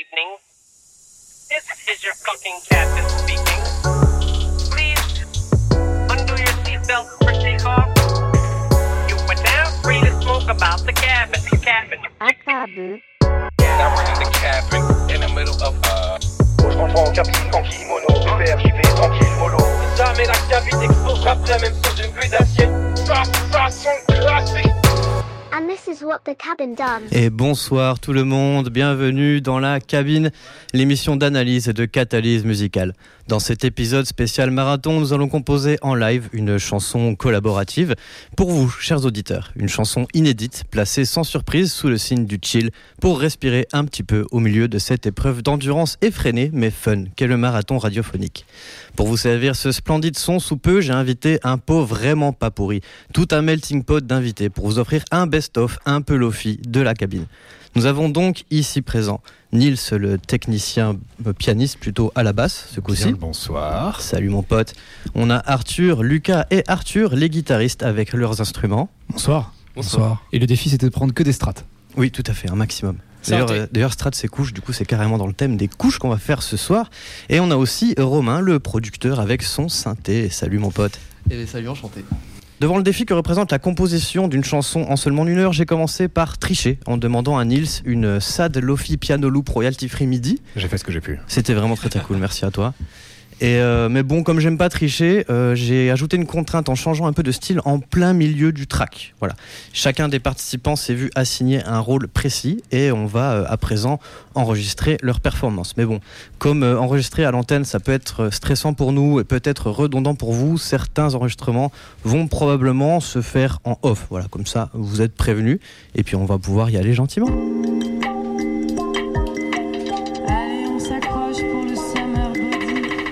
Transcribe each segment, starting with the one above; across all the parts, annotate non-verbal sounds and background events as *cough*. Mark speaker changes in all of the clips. Speaker 1: evening. This is your fucking captain speaking. Please undo your seatbelt for takeoff. You were now free to smoke about the cabin. Cabin.
Speaker 2: Now we're in the cabin in the middle of uh. Faut que je rentre en cabine en kimono. Super, j'y vais tranquille, mollo. Ça met la cabine explose, frappe la même chose d'une grue d'assiette. Ça, façon classique.
Speaker 3: And this is what the cabin done.
Speaker 4: Et bonsoir tout le monde, bienvenue dans la cabine, l'émission d'analyse et de catalyse musicale. Dans cet épisode spécial marathon, nous allons composer en live une chanson collaborative pour vous, chers auditeurs. Une chanson inédite, placée sans surprise sous le signe du chill pour respirer un petit peu au milieu de cette épreuve d'endurance effrénée mais fun qu'est le marathon radiophonique. Pour vous servir ce splendide son sous peu, j'ai invité un pot vraiment pas pourri tout un melting pot d'invités pour vous offrir un best-of un peu lofi de la cabine. Nous avons donc ici présent Nils, le technicien euh, pianiste plutôt à la basse ce
Speaker 5: Bien
Speaker 4: coup-ci.
Speaker 5: le bonsoir.
Speaker 4: Ah, Salut mon pote. On a Arthur, Lucas et Arthur, les guitaristes avec leurs instruments.
Speaker 6: Bonsoir. Bonsoir. Et le défi, c'était de prendre que des strates.
Speaker 4: Oui, tout à fait, un maximum. D'ailleurs, euh, d'ailleurs, Strat, c'est couches, du coup, c'est carrément dans le thème des couches qu'on va faire ce soir. Et on a aussi Romain, le producteur, avec son synthé. Salut mon pote.
Speaker 7: Et les saluts enchantés.
Speaker 4: Devant le défi que représente la composition d'une chanson en seulement une heure, j'ai commencé par tricher en demandant à Nils une sad Lofi Piano Loop Royalty Free MIDI.
Speaker 5: J'ai fait ce que j'ai pu.
Speaker 4: C'était vraiment très très cool, merci à toi. Et euh, mais bon, comme j'aime pas tricher, euh, j'ai ajouté une contrainte en changeant un peu de style en plein milieu du track. Voilà. Chacun des participants s'est vu assigner un rôle précis et on va euh, à présent enregistrer leur performance. Mais bon, comme euh, enregistrer à l'antenne, ça peut être euh, stressant pour nous et peut-être redondant pour vous, certains enregistrements vont probablement se faire en off. Voilà, comme ça, vous êtes prévenus et puis on va pouvoir y aller gentiment.
Speaker 8: Allez, on s'accroche pour le summer body.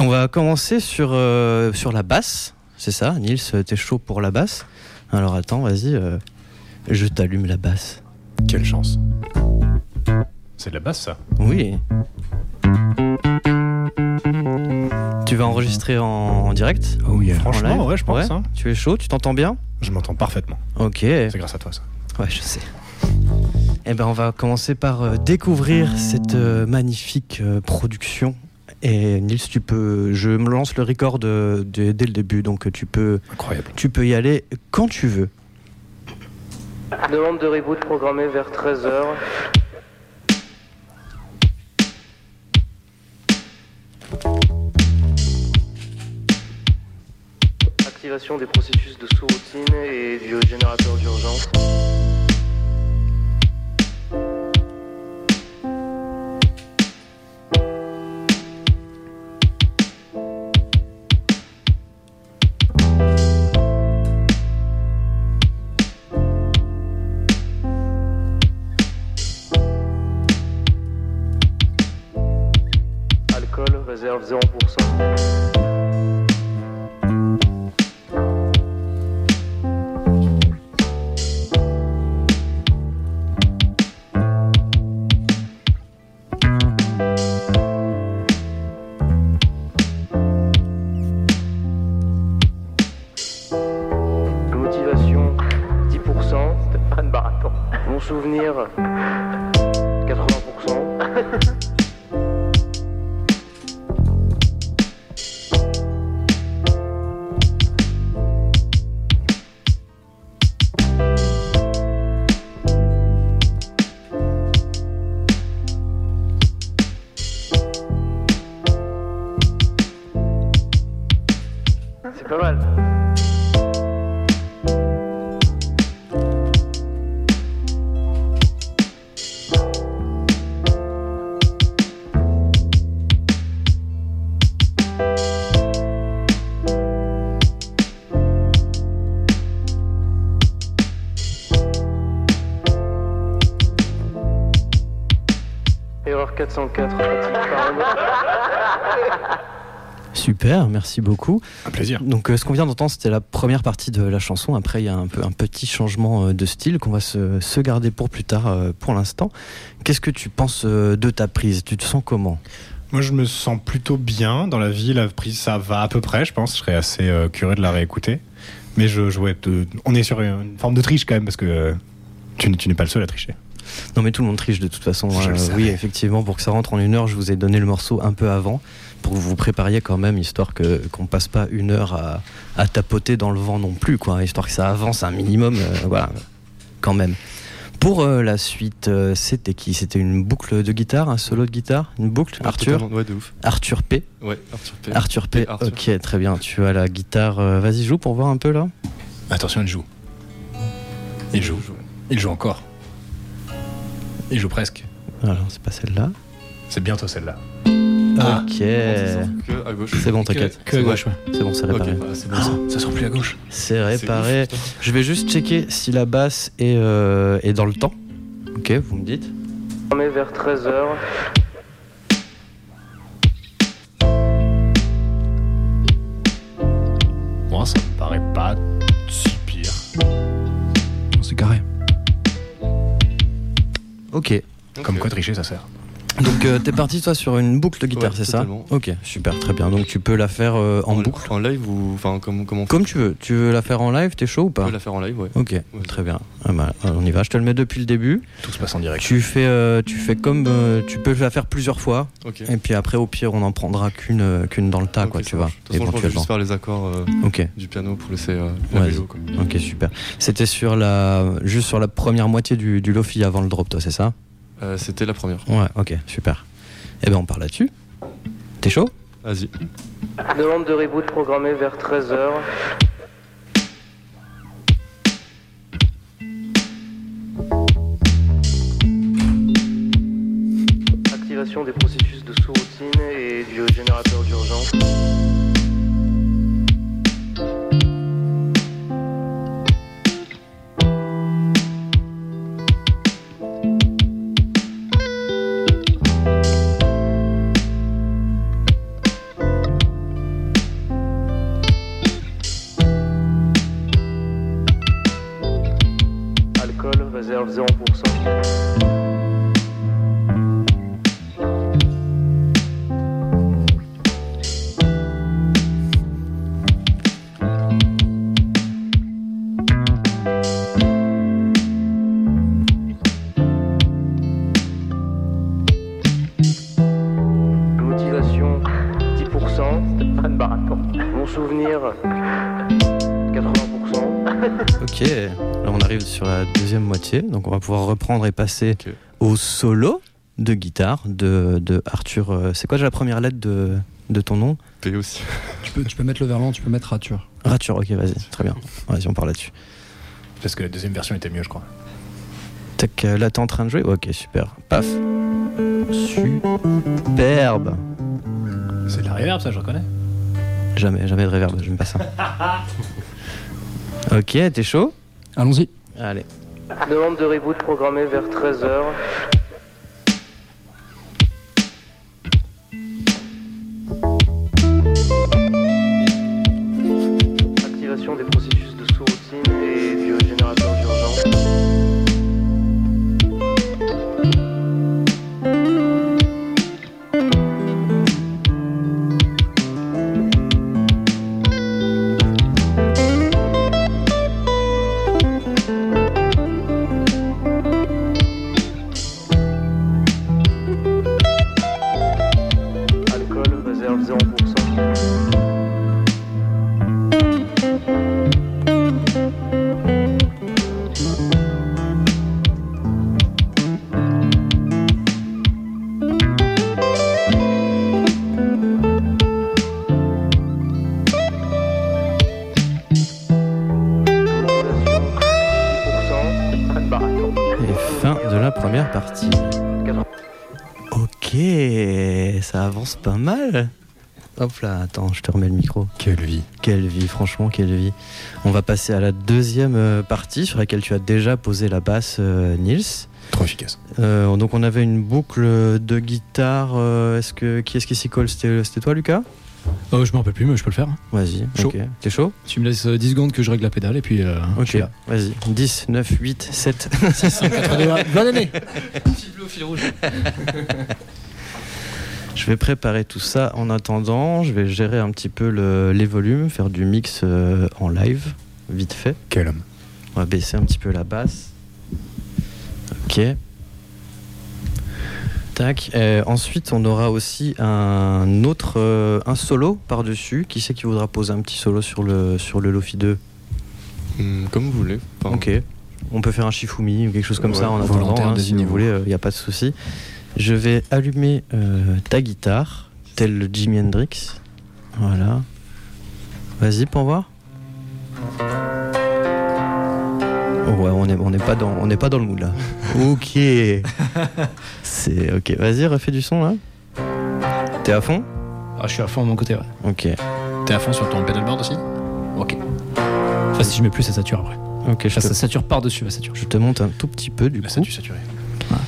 Speaker 4: On va commencer sur, euh, sur la basse, c'est ça Nils, euh, t'es chaud pour la basse Alors attends, vas-y, euh, je t'allume la basse.
Speaker 5: Quelle chance. C'est de la basse, ça.
Speaker 4: Oui. Tu vas enregistrer en, en direct
Speaker 5: Oh yeah.
Speaker 4: En live
Speaker 5: Franchement, ouais, je pense. hein.
Speaker 4: Tu es chaud, tu t'entends bien
Speaker 5: Je m'entends parfaitement.
Speaker 4: Ok.
Speaker 5: C'est grâce à toi, ça.
Speaker 4: Ouais, je sais. Eh ben, on va commencer par euh, découvrir cette euh, magnifique euh, production. Et Nils, tu peux. Je me lance le record euh, dès- dès le début, donc tu peux,
Speaker 5: Incroyable.
Speaker 4: tu peux y aller quand tu veux.
Speaker 9: *laughs* Demande de reboot programmée vers 13h. Activation des processus de sous-routine et du générateur d'urgence. Alcool, réserve 0%. Motivation 10%, Stéphane Baraton. Mon souvenir 80%. C'est pas mal. Erreur 404, fatigue parano.
Speaker 4: Super, merci beaucoup.
Speaker 5: Un plaisir.
Speaker 4: Donc euh, ce qu'on vient d'entendre, c'était la première partie de la chanson. Après, il y a un, peu, un petit changement euh, de style qu'on va se, se garder pour plus tard, euh, pour l'instant. Qu'est-ce que tu penses euh, de ta prise Tu te sens comment
Speaker 5: Moi, je me sens plutôt bien dans la vie. La prise, ça va à peu près, je pense. Je serais assez euh, curieux de la réécouter. Mais je jouais. de- On est sur une forme de triche quand même, parce que euh, tu, n- tu n'es pas le seul à tricher.
Speaker 4: Non, mais tout le monde triche de toute façon. euh,
Speaker 5: Je le savais.
Speaker 4: oui, effectivement, pour que ça rentre en une heure, je vous ai donné le morceau un peu avant pour que vous vous prépariez quand même, histoire que qu'on passe pas une heure à, à tapoter dans le vent non plus, quoi. hein, Histoire que ça avance un minimum, euh, voilà, quand même. Pour euh, la suite, euh, c'était qui C'était une boucle de guitare, un solo de guitare, une boucle. Arthur,
Speaker 7: Ouais, de ouf.
Speaker 4: Arthur P.
Speaker 7: Ouais, Arthur P.
Speaker 4: Arthur P.
Speaker 7: Arthur.
Speaker 4: Ok, très bien. Tu as la guitare. euh, Vas-y, joue pour voir un peu là.
Speaker 5: Attention, il joue. Il joue. Il joue encore. Il joue presque.
Speaker 4: Alors, c'est pas celle-là.
Speaker 5: C'est bientôt celle-là. Ah.
Speaker 4: Ok.
Speaker 7: Que à gauche.
Speaker 4: C'est bon, t'inquiète.
Speaker 6: Que à gauche, ouais.
Speaker 4: C'est bon, c'est
Speaker 7: Ok,
Speaker 4: réparé.
Speaker 7: bah, c'est bon ça.
Speaker 5: Ça sort plus à gauche.
Speaker 4: C'est
Speaker 7: C'est
Speaker 4: réparé.
Speaker 7: ouf, putain.
Speaker 4: Je vais juste checker si la basse est, euh, est dans le temps. Ok, vous me dites.
Speaker 9: On est vers 13h.
Speaker 5: Moi, ça me paraît pas si pire.
Speaker 6: C'est carré.
Speaker 4: Ok.
Speaker 5: Comme quoi tricher, ça sert.
Speaker 4: Donc euh, t'es parti toi sur une boucle de guitare,
Speaker 7: Ouais,
Speaker 4: c'est ça
Speaker 7: totalement.
Speaker 4: Ok, super, très bien. Donc tu peux la faire euh, en boucle.
Speaker 7: En live ou. Enfin, comment, comment on fait
Speaker 4: Comme tu veux. Tu veux la faire en live, t'es chaud ou
Speaker 7: On
Speaker 4: pas
Speaker 7: peut la faire en live, ouais.
Speaker 4: Ok, très bien. Ah bah, on y va. Je te le mets depuis le début.
Speaker 5: Tout se passe en direct.
Speaker 4: Tu fais, euh, tu fais comme euh, tu peux la faire plusieurs fois.
Speaker 7: Ok.
Speaker 4: Et puis après, au pire, on en prendra qu'une, euh, qu'une dans le tas,
Speaker 7: Ok,
Speaker 4: quoi.
Speaker 7: ça
Speaker 4: Tu vois,
Speaker 7: marche. De toute façon, je vais
Speaker 4: éventuellement.
Speaker 7: juste faire les accords euh,
Speaker 4: Ok.
Speaker 7: du piano pour laisser euh, la
Speaker 4: Ouais.
Speaker 7: mélo, quoi.
Speaker 4: Ok, super. C'était sur la, juste sur la première moitié du, du Lofi avant le drop, toi, c'est ça
Speaker 7: Euh, C'était la première.
Speaker 4: Ouais, ok, super. Eh ben, on part là-dessus. T'es chaud
Speaker 7: Vas-y.
Speaker 9: *laughs* Demande de reboot programmée vers 13h. Activation des processus de sous-routine et du générateur d'urgence. Alcool, réserve 0%. Motivation 10%. Mon souvenir 80%.
Speaker 4: Ok. Là, on arrive sur la deuxième moitié, donc on va pouvoir reprendre et passer
Speaker 7: Ok.
Speaker 4: au solo de guitare de, de Arthur. euh, C'est quoi déjà la première lettre de, de ton nom
Speaker 7: P aussi.
Speaker 6: Tu peux, tu peux mettre l'overland, tu peux mettre rature.
Speaker 4: Rature, ok, vas-y, très bien. Vas-y, on part là-dessus.
Speaker 5: Parce que la deuxième version était mieux, je crois.
Speaker 4: Tac, euh, là, t'es en train de jouer Ok, super. Paf. Superbe.
Speaker 5: C'est de la réverb, ça, je reconnais.
Speaker 4: Jamais, jamais de reverb, j'aime pas ça.
Speaker 6: *laughs*
Speaker 4: ok, t'es chaud
Speaker 6: Allons-y.
Speaker 4: Allez.
Speaker 9: Demande de reboot programmée vers 13h. Activation des processus de sous-routine et du générateur d'urgence. Alcool, réserve 0%.
Speaker 4: Et fin de la première partie. Ok, ça avance pas mal. Hop là, attends, je te remets le micro.
Speaker 5: Quelle vie.
Speaker 4: Quelle vie, franchement, quelle vie. On va passer à la deuxième euh, partie sur laquelle tu as déjà posé la basse, euh, Nils.
Speaker 5: Trop efficace.
Speaker 4: Euh, donc on avait une boucle de guitare. euh, est-ce que qui est-ce qui s'y colle C'était c'était toi, Lucas
Speaker 6: Euh, je me rappelle plus, mais je peux le faire.
Speaker 10: hein.
Speaker 4: Vas-y.
Speaker 6: Chaud.
Speaker 4: ok. T'es chaud
Speaker 6: Tu me laisses euh, 10 secondes que je règle la pédale et puis. euh, je
Speaker 4: Ok.
Speaker 6: suis là.
Speaker 4: Vas-y. 10, 9, 8, 7. Je vais préparer tout ça en attendant. Je vais gérer un petit peu le- les volumes, faire du mix euh, en live, vite fait.
Speaker 5: Quel homme.
Speaker 4: On va baisser un petit peu la basse. Ok. Tac. Euh, ensuite, on aura aussi un autre euh, un solo par-dessus. Qui c'est qui voudra poser un petit solo sur le, sur le Lofi 2
Speaker 7: Hum, Comme vous voulez. Enfin,
Speaker 4: Ok. On peut faire un Shifumi ou quelque chose comme
Speaker 7: Ouais,
Speaker 4: ça en attendant.
Speaker 6: volontaire,
Speaker 4: hein, si vous
Speaker 6: désignez-vous.
Speaker 4: voulez, il n'y a pas de souci. Je vais allumer euh, ta guitare, tel le Jimi Hendrix. Voilà. Vas-y pour voir. Oh ouais, on n'est on est pas, dans- on est pas dans le moule là. Ok. C'est ok. Vas-y, refais du son là. T'es à fond
Speaker 5: Ah, je suis à fond de mon côté, ouais.
Speaker 4: Ok.
Speaker 5: T'es à fond sur ton pedalboard aussi Ok. Enfin, si je mets plus, ça sature après.
Speaker 10: Ah,
Speaker 4: Ok, je
Speaker 5: Enfin,
Speaker 4: te,
Speaker 5: ça Bah, sature par-dessus la sature.
Speaker 4: je te monte un tout petit peu du
Speaker 5: La
Speaker 4: coup.
Speaker 5: sature saturée.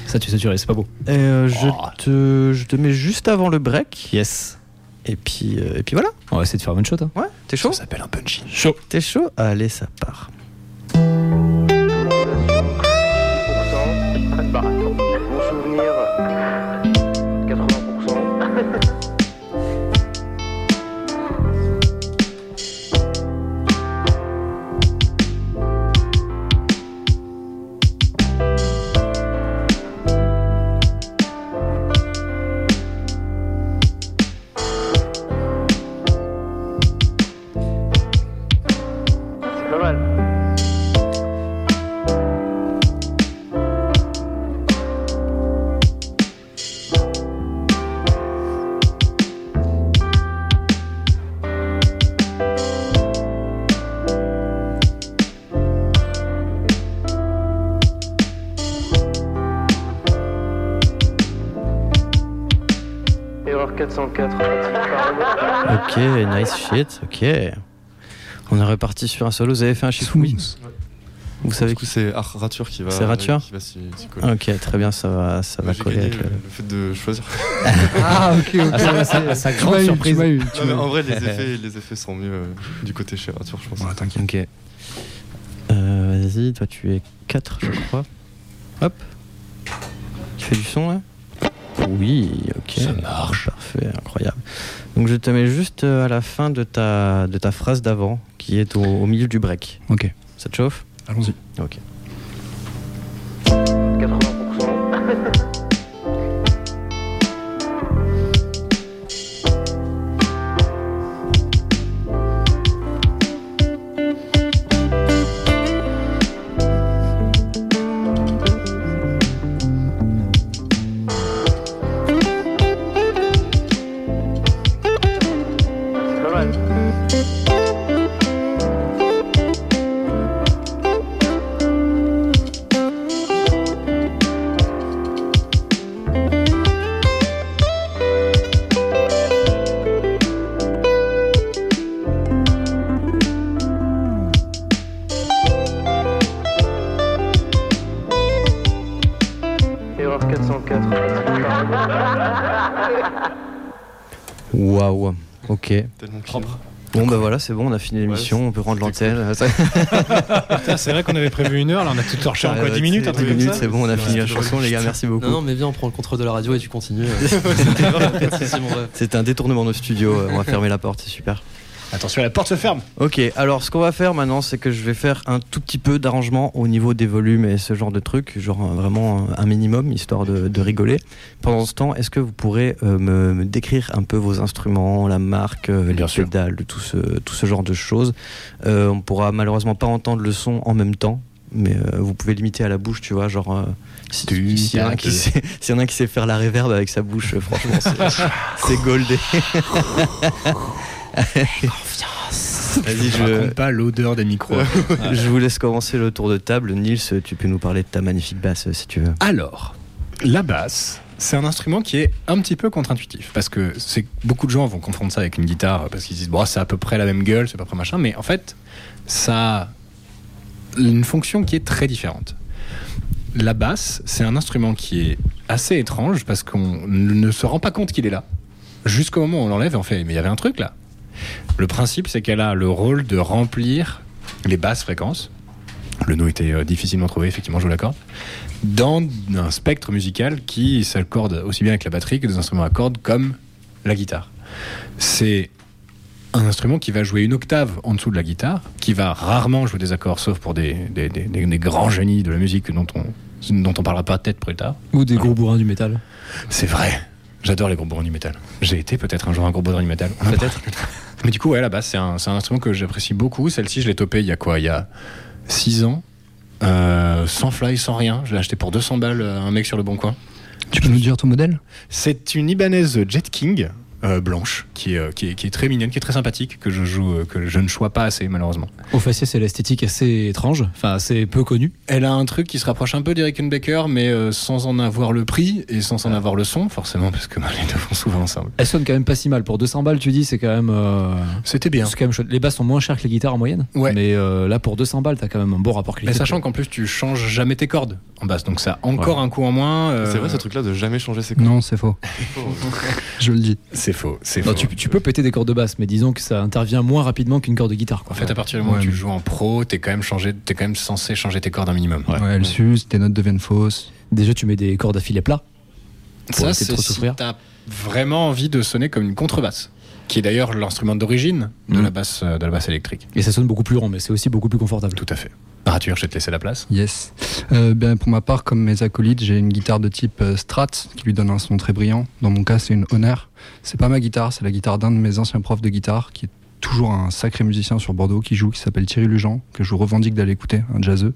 Speaker 5: Ça, tu saturé, c'est pas beau.
Speaker 4: Et, euh, je,
Speaker 5: Oh.
Speaker 4: te, je te mets juste avant le break.
Speaker 5: Yes.
Speaker 4: Et puis, euh, et puis voilà.
Speaker 5: On va essayer de faire une shot. Hein.
Speaker 4: Ouais, t'es chaud
Speaker 5: Ça s'appelle un punchy. Chaud.
Speaker 4: T'es chaud Allez, ça part.
Speaker 9: Pourtant, pas de baraque. Bon souvenir, 80%. C'est pas mal. Erreur 404, pratique par an.
Speaker 4: Ok, nice shit. Ok. On est reparti sur un solo. Vous avez fait un shifumi Vous savez
Speaker 7: Du
Speaker 4: qui
Speaker 7: coup, c'est Ar- Rature qui va.
Speaker 4: C'est Rature
Speaker 7: Qui va s'y s'y coller.
Speaker 4: Ok, très bien, ça va, ça va
Speaker 7: Bah, j'ai
Speaker 4: coller
Speaker 7: gagné
Speaker 4: avec
Speaker 7: le,
Speaker 4: le.
Speaker 7: le fait de choisir.
Speaker 6: Ah, ok, ok.
Speaker 5: ça, ça, ça, grande surprise.
Speaker 7: Non, mais en vrai, les effets, *laughs* les effets sont mieux euh, du côté chez Rature, je pense.
Speaker 6: t'inquiète.
Speaker 4: Ok. Euh, Vas-y, toi tu es 4, je crois. Hop. Tu fais du son là Oui, ok.
Speaker 5: Ça marche.
Speaker 4: Parfait, incroyable. Donc je te mets juste euh, à la fin de ta, de ta phrase d'avant, qui est au, au milieu du break.
Speaker 6: Ok.
Speaker 4: Ça te chauffe
Speaker 6: Allons-y.
Speaker 9: 80%. C'est pas mal. Erreur 404, pratique par an.
Speaker 4: Waouh. Ok.
Speaker 7: Tellement propre.
Speaker 4: Bon bah voilà, c'est bon, on a fini l'émission, on peut rendre *laughs* l'antenne.
Speaker 5: C'est vrai qu'on avait prévu une heure, là, on a tout torché en quoi 10 minutes, un truc
Speaker 4: 10
Speaker 5: comme
Speaker 4: minutes,
Speaker 5: ça
Speaker 4: c'est bon, on a
Speaker 7: Ouais,
Speaker 4: fini la
Speaker 7: c'est
Speaker 4: chanson, les gars, merci beaucoup.
Speaker 10: Non, non, mais viens, on prend le contrôle de la radio et tu *laughs* continues. euh. Si, si, mon rêve.
Speaker 4: C'était un détournement de studio, euh, on va fermer la porte, c'est super.
Speaker 5: Attention, la porte se ferme.
Speaker 4: Ok, alors ce qu'on va faire maintenant, c'est que je vais faire un tout petit peu d'arrangement au niveau des volumes et ce genre de trucs, genre euh, vraiment un un minimum, histoire de, de rigoler. Pendant ce temps, est-ce que vous pourrez euh, me, me décrire un peu vos instruments, la marque, euh, les
Speaker 5: Bien sûr.
Speaker 4: pédales, tout ce, tout ce genre de choses Euh, On pourra malheureusement pas entendre le son en même temps. Mais euh, vous pouvez limiter à la bouche, tu vois, genre euh, si-
Speaker 5: Tu
Speaker 4: s'il y en a un
Speaker 5: tac.
Speaker 4: qui sait- *laughs* s'il y en a un qui sait faire la réverb avec sa bouche, euh, franchement,
Speaker 5: *laughs*
Speaker 4: c'est- c'est goldé. Vas-y,
Speaker 5: Je
Speaker 4: je,
Speaker 5: raconte pas l'odeur des micros.
Speaker 4: je vous laisse commencer le tour de table. Niels, tu peux nous parler de ta magnifique basse euh, si tu veux.
Speaker 5: Alors, la basse, c'est un instrument qui est un petit peu contre-intuitif. Parce que c'est beaucoup de gens vont confondre ça avec une guitare parce qu'ils disent, bon, c'est à peu près la même gueule, c'est à peu près machin. Mais en fait, ça a une fonction qui est très différente. La basse, c'est un instrument qui est assez étrange parce qu'on ne se rend pas compte qu'il est là. Jusqu'au moment où on l'enlève et on fait, mais il y avait un truc là. Le principe, c'est qu'elle a le rôle de remplir les basses fréquences. Le no était euh, difficilement trouvé, effectivement, je vous l'accorde dans un spectre musical qui s'accorde aussi bien avec la batterie que des instruments à cordes comme la guitare. C'est un instrument qui va jouer une octave en dessous de la guitare, qui va rarement jouer des accords, sauf pour des, des- des- des- des grands génies de la musique dont on dont on parlera pas peut-être plus tard.
Speaker 11: Ou des
Speaker 5: Voilà.
Speaker 11: gros bourrins du métal.
Speaker 5: C'est vrai. J'adore les gros bourrins du métal. J'ai été peut-être un jour un gros bourrin du métal.
Speaker 6: Ah,
Speaker 5: Peut-être. Mais du coup, ouais, la basse, c'est un, c'est un instrument que j'apprécie beaucoup. Celle-ci, je l'ai topée il y a quoi Il y a 6 ans. Euh, sans fly, sans rien. Je l'ai acheté pour 200 balles à un mec sur le bon coin.
Speaker 10: Tu peux nous dire ton modèle
Speaker 5: C'est une Ibanaise Jet King euh, blanche qui est, euh, qui, est, qui est très mignonne, qui est très sympathique, que je joue, euh, que je ne choisis pas assez malheureusement.
Speaker 11: Au faciès, c'est l'esthétique assez étrange, enfin assez peu connue.
Speaker 5: Elle a un truc qui se rapproche un peu des Rickenbacker, mais euh, sans en avoir le prix et sans en avoir le son, forcément, parce que *laughs* bah, les deux font souvent ensemble.
Speaker 11: Elle sonne quand même pas si mal. Pour 200 balles, tu dis, c'est quand même. euh,
Speaker 5: C'était bien.
Speaker 11: c'est quand même chouette. Les basses sont moins chères que les guitares en moyenne.
Speaker 5: Ouais.
Speaker 11: Mais euh, là, pour 200 balles, t'as quand même un bon rapport
Speaker 5: Mais
Speaker 11: qualité.
Speaker 5: sachant qu'en plus, tu changes jamais tes cordes en basse, donc ça a encore un coup en moins. euh,
Speaker 7: C'est vrai ce truc-là de jamais changer ses coups.
Speaker 10: Non, c'est faux. *laughs* Je le dis.
Speaker 5: C'est faux, c'est
Speaker 11: Non,
Speaker 5: faux.
Speaker 11: tu, tu peux péter des cordes de basse, mais disons que ça intervient moins rapidement qu'une corde de guitare. Quoi.
Speaker 5: En fait, à partir du moment où
Speaker 10: Ouais,
Speaker 5: tu
Speaker 10: mais-
Speaker 5: joues en pro, t'es quand même changé, t'es quand même censé changer tes cordes un minimum.
Speaker 10: Ouais, elles s'usent, tes notes deviennent fausses.
Speaker 11: Déjà, tu mets des cordes à filet plat. Pour
Speaker 5: Ça,
Speaker 11: éviter de
Speaker 5: c'est
Speaker 11: trop
Speaker 5: si
Speaker 11: souffrir.
Speaker 5: t'as vraiment envie de sonner comme une contrebasse, qui est d'ailleurs l'instrument d'origine de
Speaker 11: Mm.
Speaker 5: la basse, euh, de la basse électrique.
Speaker 11: Et ça sonne beaucoup plus rond, mais c'est aussi beaucoup plus confortable.
Speaker 5: Tout à fait. Ah, Arthur, je vais te laisser la place.
Speaker 10: Yes. Euh, ben, pour ma part, comme mes acolytes, j'ai une guitare de type euh, Strat qui lui donne un son très brillant. Dans mon cas, c'est une Honor. C'est pas ma guitare, c'est la guitare d'un de mes anciens profs de guitare qui est toujours un sacré musicien sur Bordeaux qui joue, qui s'appelle Thierry Lujan, que je vous revendique d'aller écouter, un jazzeux.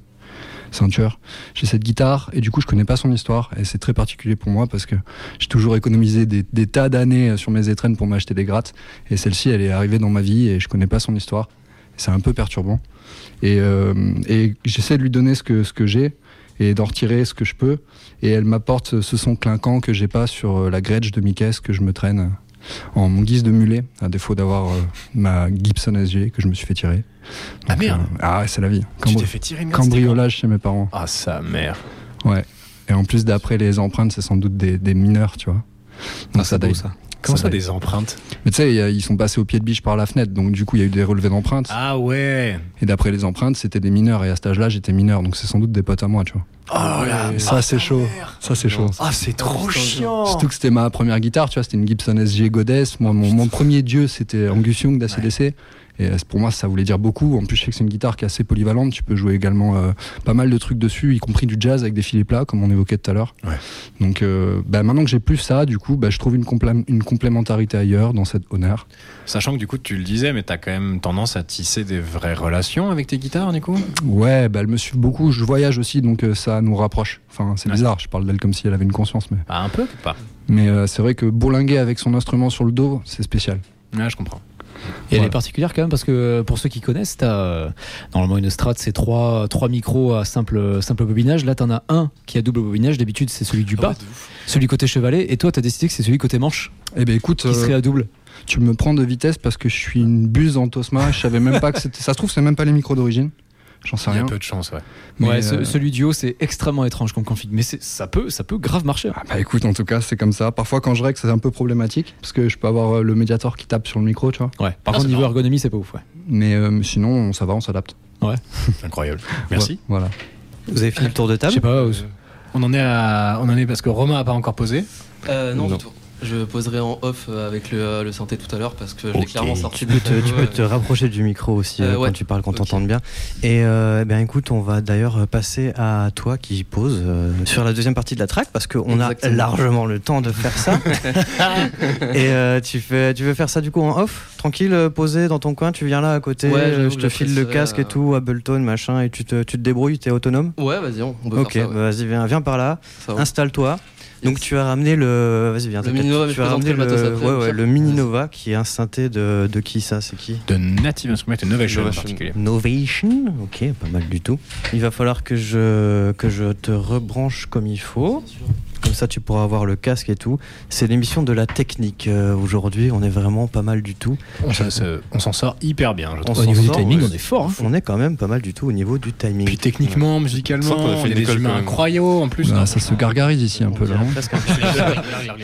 Speaker 10: C'est un tueur. J'ai cette guitare et du coup, je connais pas son histoire et c'est très particulier pour moi parce que j'ai toujours économisé des, des tas d'années euh, sur mes étrennes pour m'acheter des grattes et celle-ci, elle est arrivée dans ma vie et je connais pas son histoire. C'est un peu perturbant et, euh, et j'essaie de lui donner ce que, ce que j'ai et d'en retirer ce que je peux et elle m'apporte ce- ce son clinquant que j'ai pas sur euh, la Gretsch de Mikes que je me traîne euh, en mon guise de mulet à défaut d'avoir euh, ma Gibson SG que je me suis fait tirer
Speaker 5: Ah, merde.
Speaker 10: euh, ah ouais, c'est la vie
Speaker 5: Tu
Speaker 10: Cambri-
Speaker 5: t'es fait tirer une gratte, c'était
Speaker 10: cambriolage chez mes parents
Speaker 5: quand Ah, sa mère.
Speaker 10: ouais et en plus d'après les empreintes c'est sans doute des, des mineurs tu vois
Speaker 11: Ah,
Speaker 10: donc
Speaker 11: c'est
Speaker 10: ça
Speaker 11: beau,
Speaker 10: daille.
Speaker 11: ça.
Speaker 5: Comment ça,
Speaker 10: daille.
Speaker 5: des empreintes
Speaker 10: mais tu sais il y a- ils sont passés au pied de biche par la fenêtre donc du coup il y a eu des relevés d'empreintes
Speaker 5: Ah ouais.
Speaker 10: et d'après les empreintes c'était des mineurs et à cet âge là j'étais mineur donc c'est sans doute des potes à moi tu vois
Speaker 5: Oh là.
Speaker 10: Et ça, c'est chaud. Ça, c'est chaud.
Speaker 5: Ah, c'est trop chiant.
Speaker 10: Surtout que c'était ma première guitare, tu vois, c'était une Gibson SG Goddess. Moi, mon, mon premier dieu, c'était Angus Young d'ACDC. Et euh, pour moi, ça voulait dire beaucoup. En plus, je sais que c'est une guitare qui est assez polyvalente. Tu peux jouer également euh, pas mal de trucs dessus, y compris du jazz avec des filets plats, comme on évoquait tout à l'heure.
Speaker 5: Ouais.
Speaker 10: Donc, euh, bah, maintenant que j'ai plus ça, du coup, bah, je trouve une, complé- une complémentarité ailleurs dans cette honneur.
Speaker 5: Sachant que du coup, tu le disais, mais t'as quand même tendance à tisser des vraies relations avec tes guitares, du coup
Speaker 10: Ouais, bah, elle me suit beaucoup. Je voyage aussi, donc euh, ça nous rapproche. Enfin, c'est
Speaker 5: Ouais.
Speaker 10: bizarre. Je parle d'elle comme si elle avait une conscience, mais.
Speaker 5: Bah, un peu, ou pas
Speaker 10: Mais euh, c'est vrai que bourlinguer avec son instrument sur le dos, c'est spécial.
Speaker 5: Ouais, je comprends.
Speaker 11: Et elle
Speaker 10: Voilà.
Speaker 11: est particulière quand même parce que euh, pour ceux qui connaissent, t'as euh, normalement une strat, c'est trois, trois micros à simple, simple bobinage. Là, t'en as un qui a double bobinage. D'habitude, c'est celui du
Speaker 7: Ah ouais,
Speaker 11: bas,
Speaker 7: de ouf.
Speaker 11: celui côté chevalet. Et toi, t'as décidé que c'est celui côté manche
Speaker 10: Eh ben écoute,
Speaker 11: qui
Speaker 10: euh,
Speaker 11: serait à double.
Speaker 10: tu me prends de vitesse parce que je suis une buse en Tosma. Je savais même pas que c'était. Ça se trouve, c'est même pas les micros d'origine. J'en sais
Speaker 5: Il y a
Speaker 10: rien.
Speaker 5: peu de chance, ouais.
Speaker 10: Mais,
Speaker 11: ouais, ce-
Speaker 10: euh,
Speaker 11: celui du haut, c'est extrêmement étrange comme config. Mais c'est- ça peut, ça peut grave marcher.
Speaker 10: Ah bah écoute, en tout cas, c'est comme ça. Parfois, quand je règle, c'est un peu problématique parce que je peux avoir euh, le médiator qui tape sur le micro, tu vois.
Speaker 11: Ouais. Par
Speaker 5: Ah,
Speaker 11: contre,
Speaker 5: c'est
Speaker 11: niveau
Speaker 5: marrant.
Speaker 11: ergonomie, c'est pas ouf. Ouais.
Speaker 10: Mais euh, sinon, on- ça va, on s'adapte.
Speaker 5: Incroyable. Merci.
Speaker 10: Ouais, voilà.
Speaker 4: Vous avez fini le tour de
Speaker 11: Je
Speaker 4: table
Speaker 11: sais pas. euh,
Speaker 5: On en est à, on en est parce que Romain a pas encore posé.
Speaker 11: Euh,
Speaker 7: non,
Speaker 11: du
Speaker 7: Non.
Speaker 11: tout.
Speaker 9: Je poserai en off euh, avec le, euh, le synthé tout à l'heure parce que je l'ai
Speaker 5: Ok.
Speaker 9: clairement sorti
Speaker 4: Tu
Speaker 9: de
Speaker 4: peux, te,
Speaker 9: la
Speaker 4: tu
Speaker 9: vidéo,
Speaker 4: peux te
Speaker 9: euh,
Speaker 4: rapprocher du micro aussi
Speaker 9: Euh,
Speaker 4: euh,
Speaker 9: ouais.
Speaker 4: quand tu parles, qu'on
Speaker 9: Ok.
Speaker 4: t'entende bien. Et euh, eh bien écoute, on va d'ailleurs euh, passer à toi qui pose euh, sur la deuxième partie de la track parce qu'on a
Speaker 9: Exactement.
Speaker 4: largement le temps de faire
Speaker 9: *laughs*
Speaker 4: ça. Et euh, tu, fais, tu veux faire ça du coup en off Tranquille, euh, posé dans ton coin, tu viens là à côté,
Speaker 9: Ouais,
Speaker 4: euh,
Speaker 9: j'avoue
Speaker 4: je
Speaker 9: que
Speaker 4: te file le
Speaker 9: j'apprécierais,
Speaker 4: casque
Speaker 9: euh,
Speaker 4: et tout, Ableton, machin, et tu te, tu te débrouilles, t'es autonome
Speaker 9: Ouais, vas-y, on on peut
Speaker 4: Ok,
Speaker 9: faire ça. ouais.
Speaker 4: bah, vas-y, viens, viens par là,
Speaker 10: Ah,
Speaker 9: Ça va.
Speaker 4: installe-toi. Donc tu as ramené le... Vas-y, viens,
Speaker 9: Le
Speaker 4: t'inquiète.
Speaker 9: Mini Nova, mais
Speaker 4: tu
Speaker 9: je
Speaker 4: as ramené le,
Speaker 9: présenterai le matos après,
Speaker 4: ouais, ouais,
Speaker 9: Pierre.
Speaker 4: le Mini Nova qui est un synthé de, de qui ça C'est qui
Speaker 5: De Native Instruments et Novation en
Speaker 7: Novation.
Speaker 5: particulier.
Speaker 4: Novation, ok, pas mal du tout. Il va falloir que je, que je te rebranche comme il faut. Comme ça, tu pourras avoir le casque et tout. C'est l'émission de la technique. euh, Aujourd'hui, on est vraiment pas mal du tout.
Speaker 5: On s'en- se- on s'en sort hyper bien. Je trouve.
Speaker 4: On
Speaker 11: Au
Speaker 4: s'en
Speaker 11: niveau du
Speaker 4: sort,
Speaker 11: timing,
Speaker 4: ouais.
Speaker 11: on est fort. hein.
Speaker 4: On est quand même pas mal du tout au niveau du timing.
Speaker 5: Puis techniquement, musicalement,
Speaker 7: sens qu'on a fait
Speaker 5: on est
Speaker 7: une
Speaker 5: des
Speaker 7: école,
Speaker 5: humains
Speaker 7: quand même.
Speaker 5: incroyaux en plus.
Speaker 10: Oula, Bah, ça se gargarise ici un peu là. hein.
Speaker 4: On dirait presque un-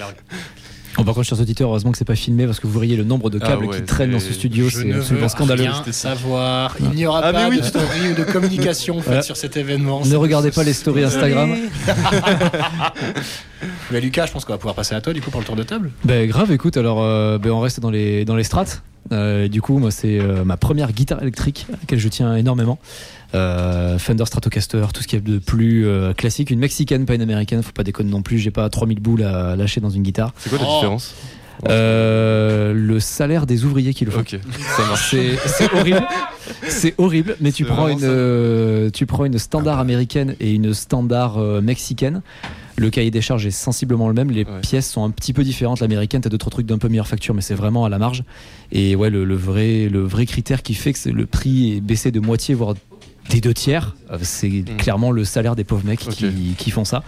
Speaker 11: Bon, par contre, chers auditeurs, heureusement que c'est pas filmé parce que vous voyez le nombre de
Speaker 7: Ah
Speaker 11: câbles
Speaker 7: ouais,
Speaker 11: qui traînent dans ce
Speaker 7: c'est-
Speaker 11: studio, c'est absolument scandaleux.
Speaker 5: rien savoir. Il n'y aura
Speaker 7: Ah, mais
Speaker 5: pas
Speaker 7: oui,
Speaker 5: de
Speaker 7: putain.
Speaker 5: story ou de communication faite
Speaker 11: Ouais.
Speaker 5: sur cet événement.
Speaker 11: Ne
Speaker 5: C'est-
Speaker 11: regardez pas les stories Instagram.
Speaker 5: Mais Lucas, je pense qu'on va pouvoir passer à toi du coup pour le tour de table.
Speaker 10: Bah,
Speaker 11: Ben grave, écoute, alors euh, ben, on reste dans les, dans les strates.
Speaker 10: Euh, et du coup, moi, c'est euh, ma première guitare électrique à laquelle je tiens énormément. Euh, Fender Stratocaster, tout ce qu'il y a de plus euh, classique. Une mexicaine, pas une américaine, faut pas déconner non plus. J'ai pas 3000 boules à lâcher dans une guitare.
Speaker 7: C'est quoi la différence
Speaker 10: Euh, le salaire des ouvriers qui le font.
Speaker 7: Ok, ça marche.
Speaker 10: C'est c'est horrible. C'est horrible, mais tu
Speaker 7: C'est
Speaker 10: prends,
Speaker 7: vraiment
Speaker 10: une,
Speaker 7: ça.
Speaker 10: euh, tu prends une standard américaine et une standard euh, mexicaine. Le cahier des charges est sensiblement le même. Les
Speaker 7: Ouais.
Speaker 10: pièces sont un petit peu différentes. L'américaine, t'as d'autres trucs d'un peu meilleure facture, mais c'est vraiment à la marge. Et ouais, le, le vrai, le vrai critère qui fait que c'est- le prix est baissé de moitié, voire des deux tiers, euh, c'est clairement le salaire des pauvres mecs
Speaker 7: Ok.
Speaker 10: qui, qui font ça.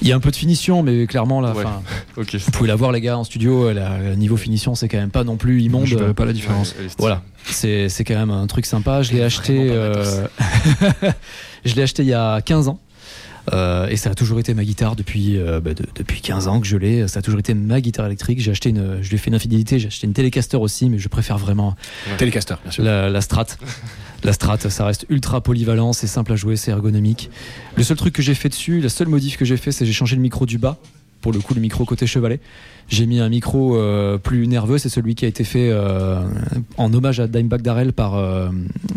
Speaker 10: Il y a un peu de finition, mais clairement, là,
Speaker 7: Ouais.
Speaker 10: enfin,
Speaker 7: Ok.
Speaker 10: vous pouvez la voir, les gars, en studio. la- Le niveau finition, c'est quand même pas non plus immonde.
Speaker 6: Je
Speaker 11: euh,
Speaker 6: verrais pas la différence.
Speaker 7: Ouais, elle est stylée.
Speaker 10: Voilà, c'est c'est quand même un truc sympa. Ah, Je l'ai acheté, euh, *laughs* je l'ai acheté il y a 15 ans. Euh, et ça a toujours été ma guitare depuis, euh, bah, de- depuis 15 ans que je l'ai. Ça a toujours été ma guitare électrique. J'ai acheté une, je lui ai fait une infidélité. J'ai acheté une Telecaster aussi, mais je préfère vraiment
Speaker 5: Telecaster, bien sûr.
Speaker 10: la, la Strat. La Strat, ça reste ultra polyvalent, c'est simple à jouer, c'est ergonomique. Le seul truc que j'ai fait dessus, la seule modif que j'ai fait, c'est j'ai changé le micro du bas. Pour le coup, le micro côté chevalet. J'ai mis un micro euh, plus nerveux, c'est celui qui a été fait euh, en hommage à Dimebag Darrell par euh,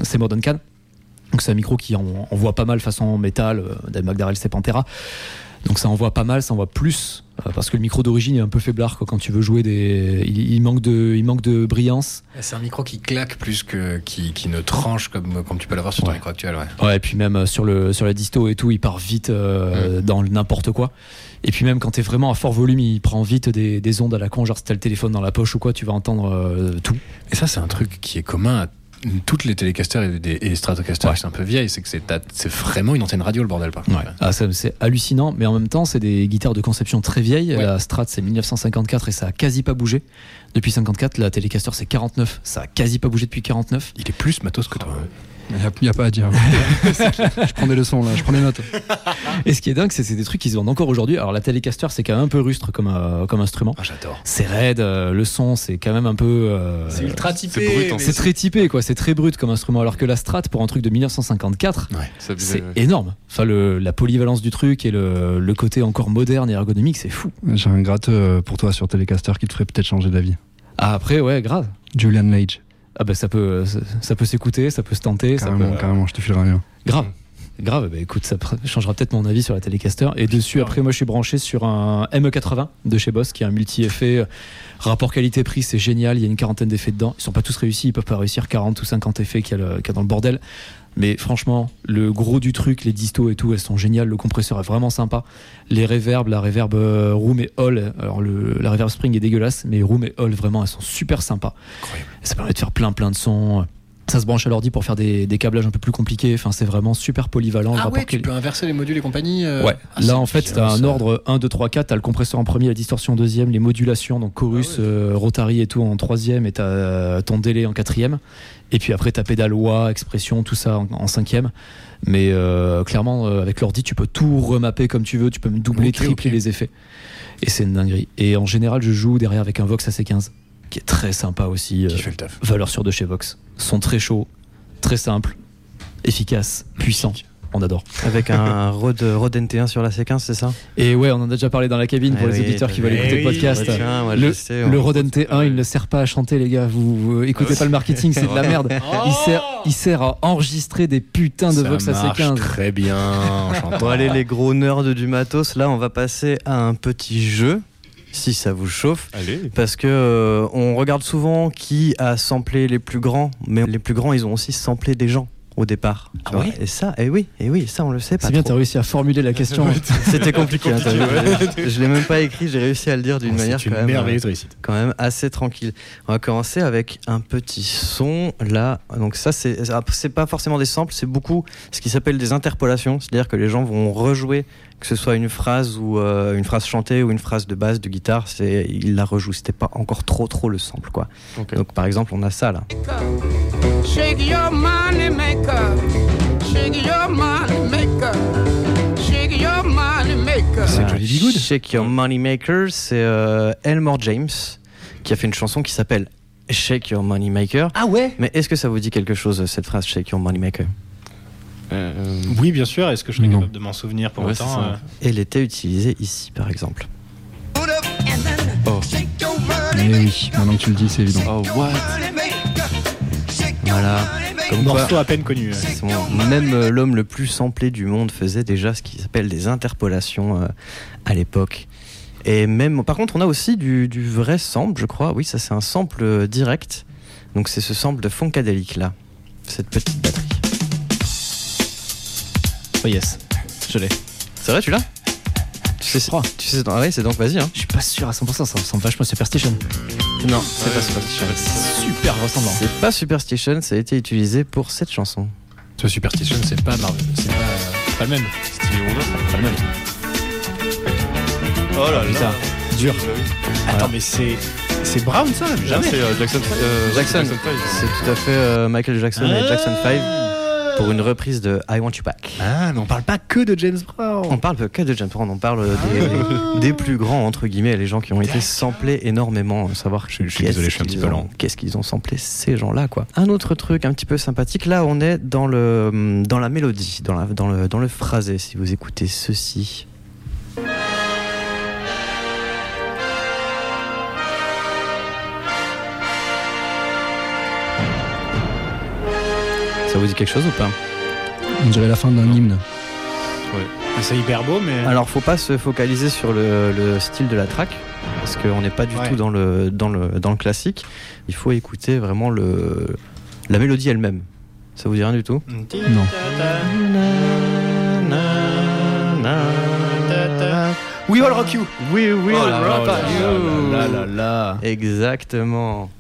Speaker 10: Seymour Duncan. Donc c'est un micro qui en- envoie pas mal façon métal. euh, Dimebag Darrell, c'est Pantera. Donc ça envoie pas mal, ça envoie plus. euh, Parce que le micro d'origine est un peu faiblard quoi. quand tu veux jouer des. Il, il manque, de, il manque de brillance.
Speaker 5: C'est un micro qui claque plus que qui, qui ne tranche comme, comme tu peux l'avoir sur ton micro actuel. Ouais.
Speaker 10: Ouais, et puis même euh, sur, le, sur la disto et tout, il part vite euh, dans le n'importe quoi. Et puis même quand t'es vraiment à fort volume, il prend vite des, des ondes à la con. Genre si t'as le téléphone dans la poche ou quoi, tu vas entendre euh, tout.
Speaker 5: Et ça, c'est un truc qui est commun à toutes les Telecasters et, des- et les Stratocasters qui sont un peu vieilles. C'est que c'est t'as- c'est vraiment une antenne radio, le bordel, par contre.
Speaker 10: Ah, ça, c'est hallucinant, mais en même temps, c'est des guitares de conception très vieille.
Speaker 5: Ouais.
Speaker 10: La Strat, c'est 1954 et ça a quasi pas bougé. Depuis 54, la Telecaster, c'est 49. Ça a quasi pas bougé depuis 49.
Speaker 5: Il est plus matos que toi.
Speaker 6: Il n'y a, pas à dire.
Speaker 10: *laughs*
Speaker 6: je prends des leçons là, je prends des notes.
Speaker 10: Et ce qui est dingue, c'est que c'est des trucs qui se vendent encore aujourd'hui. Alors la Telecaster, c'est quand même un peu rustre comme, euh, comme instrument.
Speaker 5: Ah, j'adore.
Speaker 10: C'est raide, euh, le son, c'est quand même un peu. euh,
Speaker 5: typé.
Speaker 7: c'est brut, en mais
Speaker 10: C'est très typé, quoi. C'est très brut comme instrument. Alors que la Strat, pour un truc de 1954,
Speaker 7: Ça abusait,
Speaker 10: c'est euh,
Speaker 7: ouais.
Speaker 10: énorme. Enfin, le- la polyvalence du truc et le, le côté encore moderne et ergonomique, c'est fou.
Speaker 6: J'ai un gratteux euh, pour toi sur Telecaster qui te ferait peut-être changer d'avis.
Speaker 10: Ah, après, ouais, grave.
Speaker 6: Julian Lage.
Speaker 10: Ah bah ça peut, ça, ça peut s'écouter, ça peut se tenter, ça
Speaker 6: Carrément,
Speaker 10: peut-
Speaker 6: carrément, je te filerai rien.
Speaker 10: grave. Grave, bah écoute, ça pr- changera peut-être mon avis sur la Telecaster. Et dessus, après, moi, je suis branché sur un ME80 de chez Boss, qui est un multi-effet. Rapport qualité-prix, c'est génial. Il y a une quarantaine d'effets dedans. Ils sont pas tous réussis. Ils peuvent pas réussir 40 ou 50 effets qu'il y, a le- euh, qu'il y a dans le bordel. Mais franchement, le gros du truc, les distos et tout, elles sont géniales. Le compresseur est vraiment sympa. Les reverbs, la reverb euh, room et hall. Alors, le, la reverb spring est dégueulasse, mais room et hall, vraiment, elles sont super sympas. Ça permet de faire plein, plein de sons. Ça se branche à l'ordi pour faire des, des câblages un peu plus compliqués. Enfin, c'est vraiment super polyvalent. Bah, le
Speaker 5: Ah
Speaker 10: rapport
Speaker 5: ouais, tu
Speaker 10: quali-
Speaker 5: peux inverser les modules et compagnie. euh,
Speaker 10: Ouais.
Speaker 5: ah, c'est
Speaker 10: Là, en fait,
Speaker 5: bien,
Speaker 10: t'as un
Speaker 5: ça.
Speaker 10: ordre 1, 2, 3, 4. T'as le compresseur en premier, la distorsion en deuxième, les modulations, donc chorus,
Speaker 9: Ah
Speaker 10: euh, rotary et tout en troisième, et t'as euh, ton délai en quatrième. Et puis après, t'as pédale, wah, expression, tout ça en, en cinquième. Mais euh, clairement, euh, avec l'ordi, tu peux tout remapper comme tu veux. Tu peux me doubler,
Speaker 5: Ok,
Speaker 10: tripler
Speaker 5: ok.
Speaker 10: les effets. Et c'est une dinguerie. Et en général, je joue derrière avec un Vox AC15, qui est très sympa aussi. euh,
Speaker 5: Qui fait le taf.
Speaker 10: valeurs sûres de chez Vox. Sont très chauds, très simples, efficaces, puissants. On adore.
Speaker 4: Avec un Rode, Rode NT1 sur la séquence, c'est ça
Speaker 10: Et ouais, on en a déjà parlé dans la cabine pour
Speaker 4: Eh
Speaker 10: les
Speaker 4: oui,
Speaker 10: auditeurs qui veulent
Speaker 4: eh
Speaker 10: écouter le
Speaker 4: oui,
Speaker 10: podcast.
Speaker 4: bah tiens, moi, je
Speaker 10: Le,
Speaker 4: sais,
Speaker 10: le
Speaker 4: on-
Speaker 10: Rode NT1, il ne sert pas à chanter, les gars. Vous, vous écoutez pas le marketing, c'est de
Speaker 6: *laughs*
Speaker 10: la merde. Il sert, il sert à enregistrer des putains de
Speaker 5: Ça
Speaker 10: Vox
Speaker 5: marche
Speaker 10: AC15.
Speaker 5: Très bien.
Speaker 10: *laughs*
Speaker 5: en chantant.
Speaker 4: Bon allez les gros nerds du matos, là on va passer à un petit jeu, si ça vous chauffe.
Speaker 7: Allez.
Speaker 4: Parce que euh, on regarde souvent qui a samplé les plus grands, mais les plus grands ils ont aussi samplé des gens au départ. tu
Speaker 10: Ah
Speaker 4: vois.
Speaker 10: ouais
Speaker 4: et ça, et oui, et oui, ça on le sait pas.
Speaker 10: C'est bien, t'as
Speaker 4: trop.
Speaker 10: réussi à formuler la
Speaker 6: *laughs*
Speaker 10: question.
Speaker 4: C'était compliqué. hein, t'as vu. Je- je l'ai même pas écrit, j'ai réussi à le dire d'une manière
Speaker 5: Oh, C'est une
Speaker 4: quand même, euh,
Speaker 5: merveilleuse réussite.
Speaker 4: quand même assez tranquille. On va commencer avec un petit son là. Donc ça c'est ah, c'est pas forcément des samples, c'est beaucoup ce qui s'appelle des interpolations, c'est-à-dire que les gens vont rejouer que ce soit une phrase ou euh, une phrase chantée ou une phrase de base de guitare, c'est ils la rejouent. C'était pas encore trop trop le sample quoi.
Speaker 7: Ok.
Speaker 4: Donc par exemple on a ça là.
Speaker 1: Shake your money maker. Shake your money maker. Shake your money maker.
Speaker 5: C'est Johnny B. Good.
Speaker 4: Shake Your Money Maker, c'est euh, Elmore James qui a fait une chanson qui s'appelle Shake Your Money Maker.
Speaker 1: Ah ouais?
Speaker 4: Mais est-ce que ça vous dit quelque chose, cette phrase Shake Your Money Maker
Speaker 7: Euh,
Speaker 12: Oui, bien sûr. Est-ce que je serais
Speaker 6: Non.
Speaker 12: capable de m'en souvenir pour
Speaker 7: Ouais, c'est
Speaker 12: autant
Speaker 7: ça.
Speaker 12: euh,
Speaker 4: Elle était utilisée ici, par exemple.
Speaker 1: Shake your money
Speaker 6: Eh oui, maintenant que tu le dis, c'est évident.
Speaker 4: Oh, what Voilà. Comme quoi,
Speaker 5: euh, Morceau à peine connu. euh.
Speaker 4: son- même euh, l'homme le plus samplé du monde faisait déjà ce qui s'appelle des interpolations euh, à l'époque. Et même, par contre, on a aussi du, du vrai sample, je crois. Oui, ça, c'est un sample euh, direct. Donc, c'est ce sample de Funkadelic là, cette petite batterie.
Speaker 10: Oh yes, je l'ai.
Speaker 4: C'est vrai, tu l'as Tu sais, tu sais, ah ouais, c'est donc vas-y. Hein.
Speaker 10: Je suis pas sûr à 100%, ça ressemble vachement à Superstition.
Speaker 4: Non, c'est
Speaker 7: Ouais,
Speaker 4: pas
Speaker 7: ouais,
Speaker 4: Superstition.
Speaker 7: ouais,
Speaker 10: C'est super ressemblant.
Speaker 4: C'est pas Superstition, ça a été utilisé pour cette chanson.
Speaker 5: Ce Superstition, c'est pas Marvel. C'est pas, euh, pas le même.
Speaker 7: Stevie Wonder.
Speaker 10: Pas le même.
Speaker 7: Oh là là.
Speaker 10: Putain, dur.
Speaker 7: Bah oui.
Speaker 5: Attends, mais c'est. C'est Brown, ça
Speaker 7: Là, c'est euh, Jackson, euh,
Speaker 4: Jackson.
Speaker 7: Five.
Speaker 4: C'est tout à fait euh, Michael Jackson et Jackson 5 pour une reprise de I Want You Back.
Speaker 5: Ah, Oh. mais on parle pas que de James
Speaker 4: On
Speaker 5: Brown.
Speaker 4: parle que de James Brown, on parle des,
Speaker 5: Ah.
Speaker 4: des plus grands, entre guillemets, les gens qui ont été samplés énormément, euh, savoir
Speaker 5: Je- je suis
Speaker 4: qu'est-ce
Speaker 5: désolé, je suis un
Speaker 4: qu'ils
Speaker 5: petit peu
Speaker 4: ont-
Speaker 5: lent.
Speaker 4: Qu'est-ce qu'ils ont samplé ces gens-là, quoi. Un autre truc un petit peu sympathique, là on est dans, le, hum, dans la mélodie, dans, la- dans, le, dans le phrasé, si vous écoutez ceci. Ça vous dit quelque chose ou pas
Speaker 6: On dirait la fin d'un hymne.
Speaker 5: Ah, C'est hyper beau, mais.
Speaker 4: Alors, faut pas se focaliser sur le, le style de la track, parce qu'on n'est pas du
Speaker 5: Ouais.
Speaker 4: tout dans le, dans, le, dans le classique. Il faut écouter vraiment le, la mélodie elle-même. Ça vous dit rien du tout
Speaker 6: Non.
Speaker 5: We all rock you.
Speaker 4: Oui, oui,
Speaker 10: Oh là là là là là là.
Speaker 4: Exactement.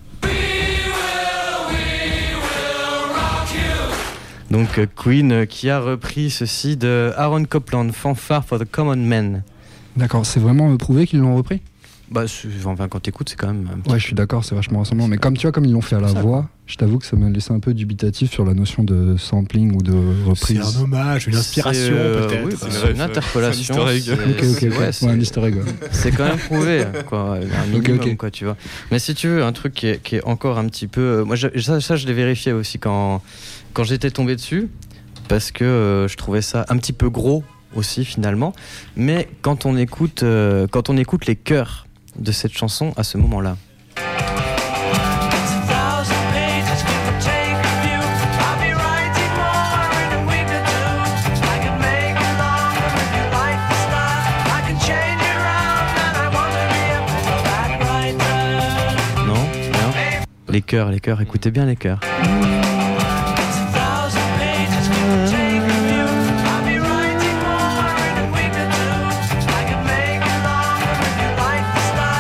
Speaker 4: Donc euh, Queen euh, qui a repris ceci de Aaron Copland, Fanfare for the Common Man.
Speaker 6: D'accord, c'est vraiment euh, prouvé qu'ils l'ont repris
Speaker 4: Bah, c'est- enfin, quand t'écoutes, c'est quand même. un petit
Speaker 6: Ouais, je suis d'accord, c'est vachement ressemblant. Mais comme tu vois, comme ils l'ont fait à la voix, je t'avoue que ça m'a laissé un peu dubitatif sur la notion de sampling ou de reprise.
Speaker 5: hommage, une
Speaker 4: C'est, euh, oui,
Speaker 7: C'est une
Speaker 4: c'est
Speaker 7: ref,
Speaker 4: une
Speaker 7: euh,
Speaker 4: interpolation.
Speaker 7: c'est un easter
Speaker 4: c'est-
Speaker 7: egg.
Speaker 6: Ok, ok, ok.
Speaker 4: c'est- ouais,
Speaker 6: Ouais, un
Speaker 4: c'est-
Speaker 6: easter
Speaker 4: *laughs*
Speaker 6: egg, ouais.
Speaker 4: C'est
Speaker 6: *laughs*
Speaker 4: quand même prouvé, quoi. Un
Speaker 6: Ok,
Speaker 4: minimum,
Speaker 6: ok.
Speaker 4: quoi, tu vois. Mais si tu veux, un truc qui est, qui est encore un petit peu. euh, Moi, je- ça, ça, je l'ai vérifié aussi quand, quand j'étais tombé dessus, parce que euh, je trouvais ça un petit peu gros aussi, finalement. Mais quand on écoute, euh, quand on écoute les chœurs de cette chanson à ce moment-là. Non, non. Les chœurs, les chœurs, écoutez bien les chœurs.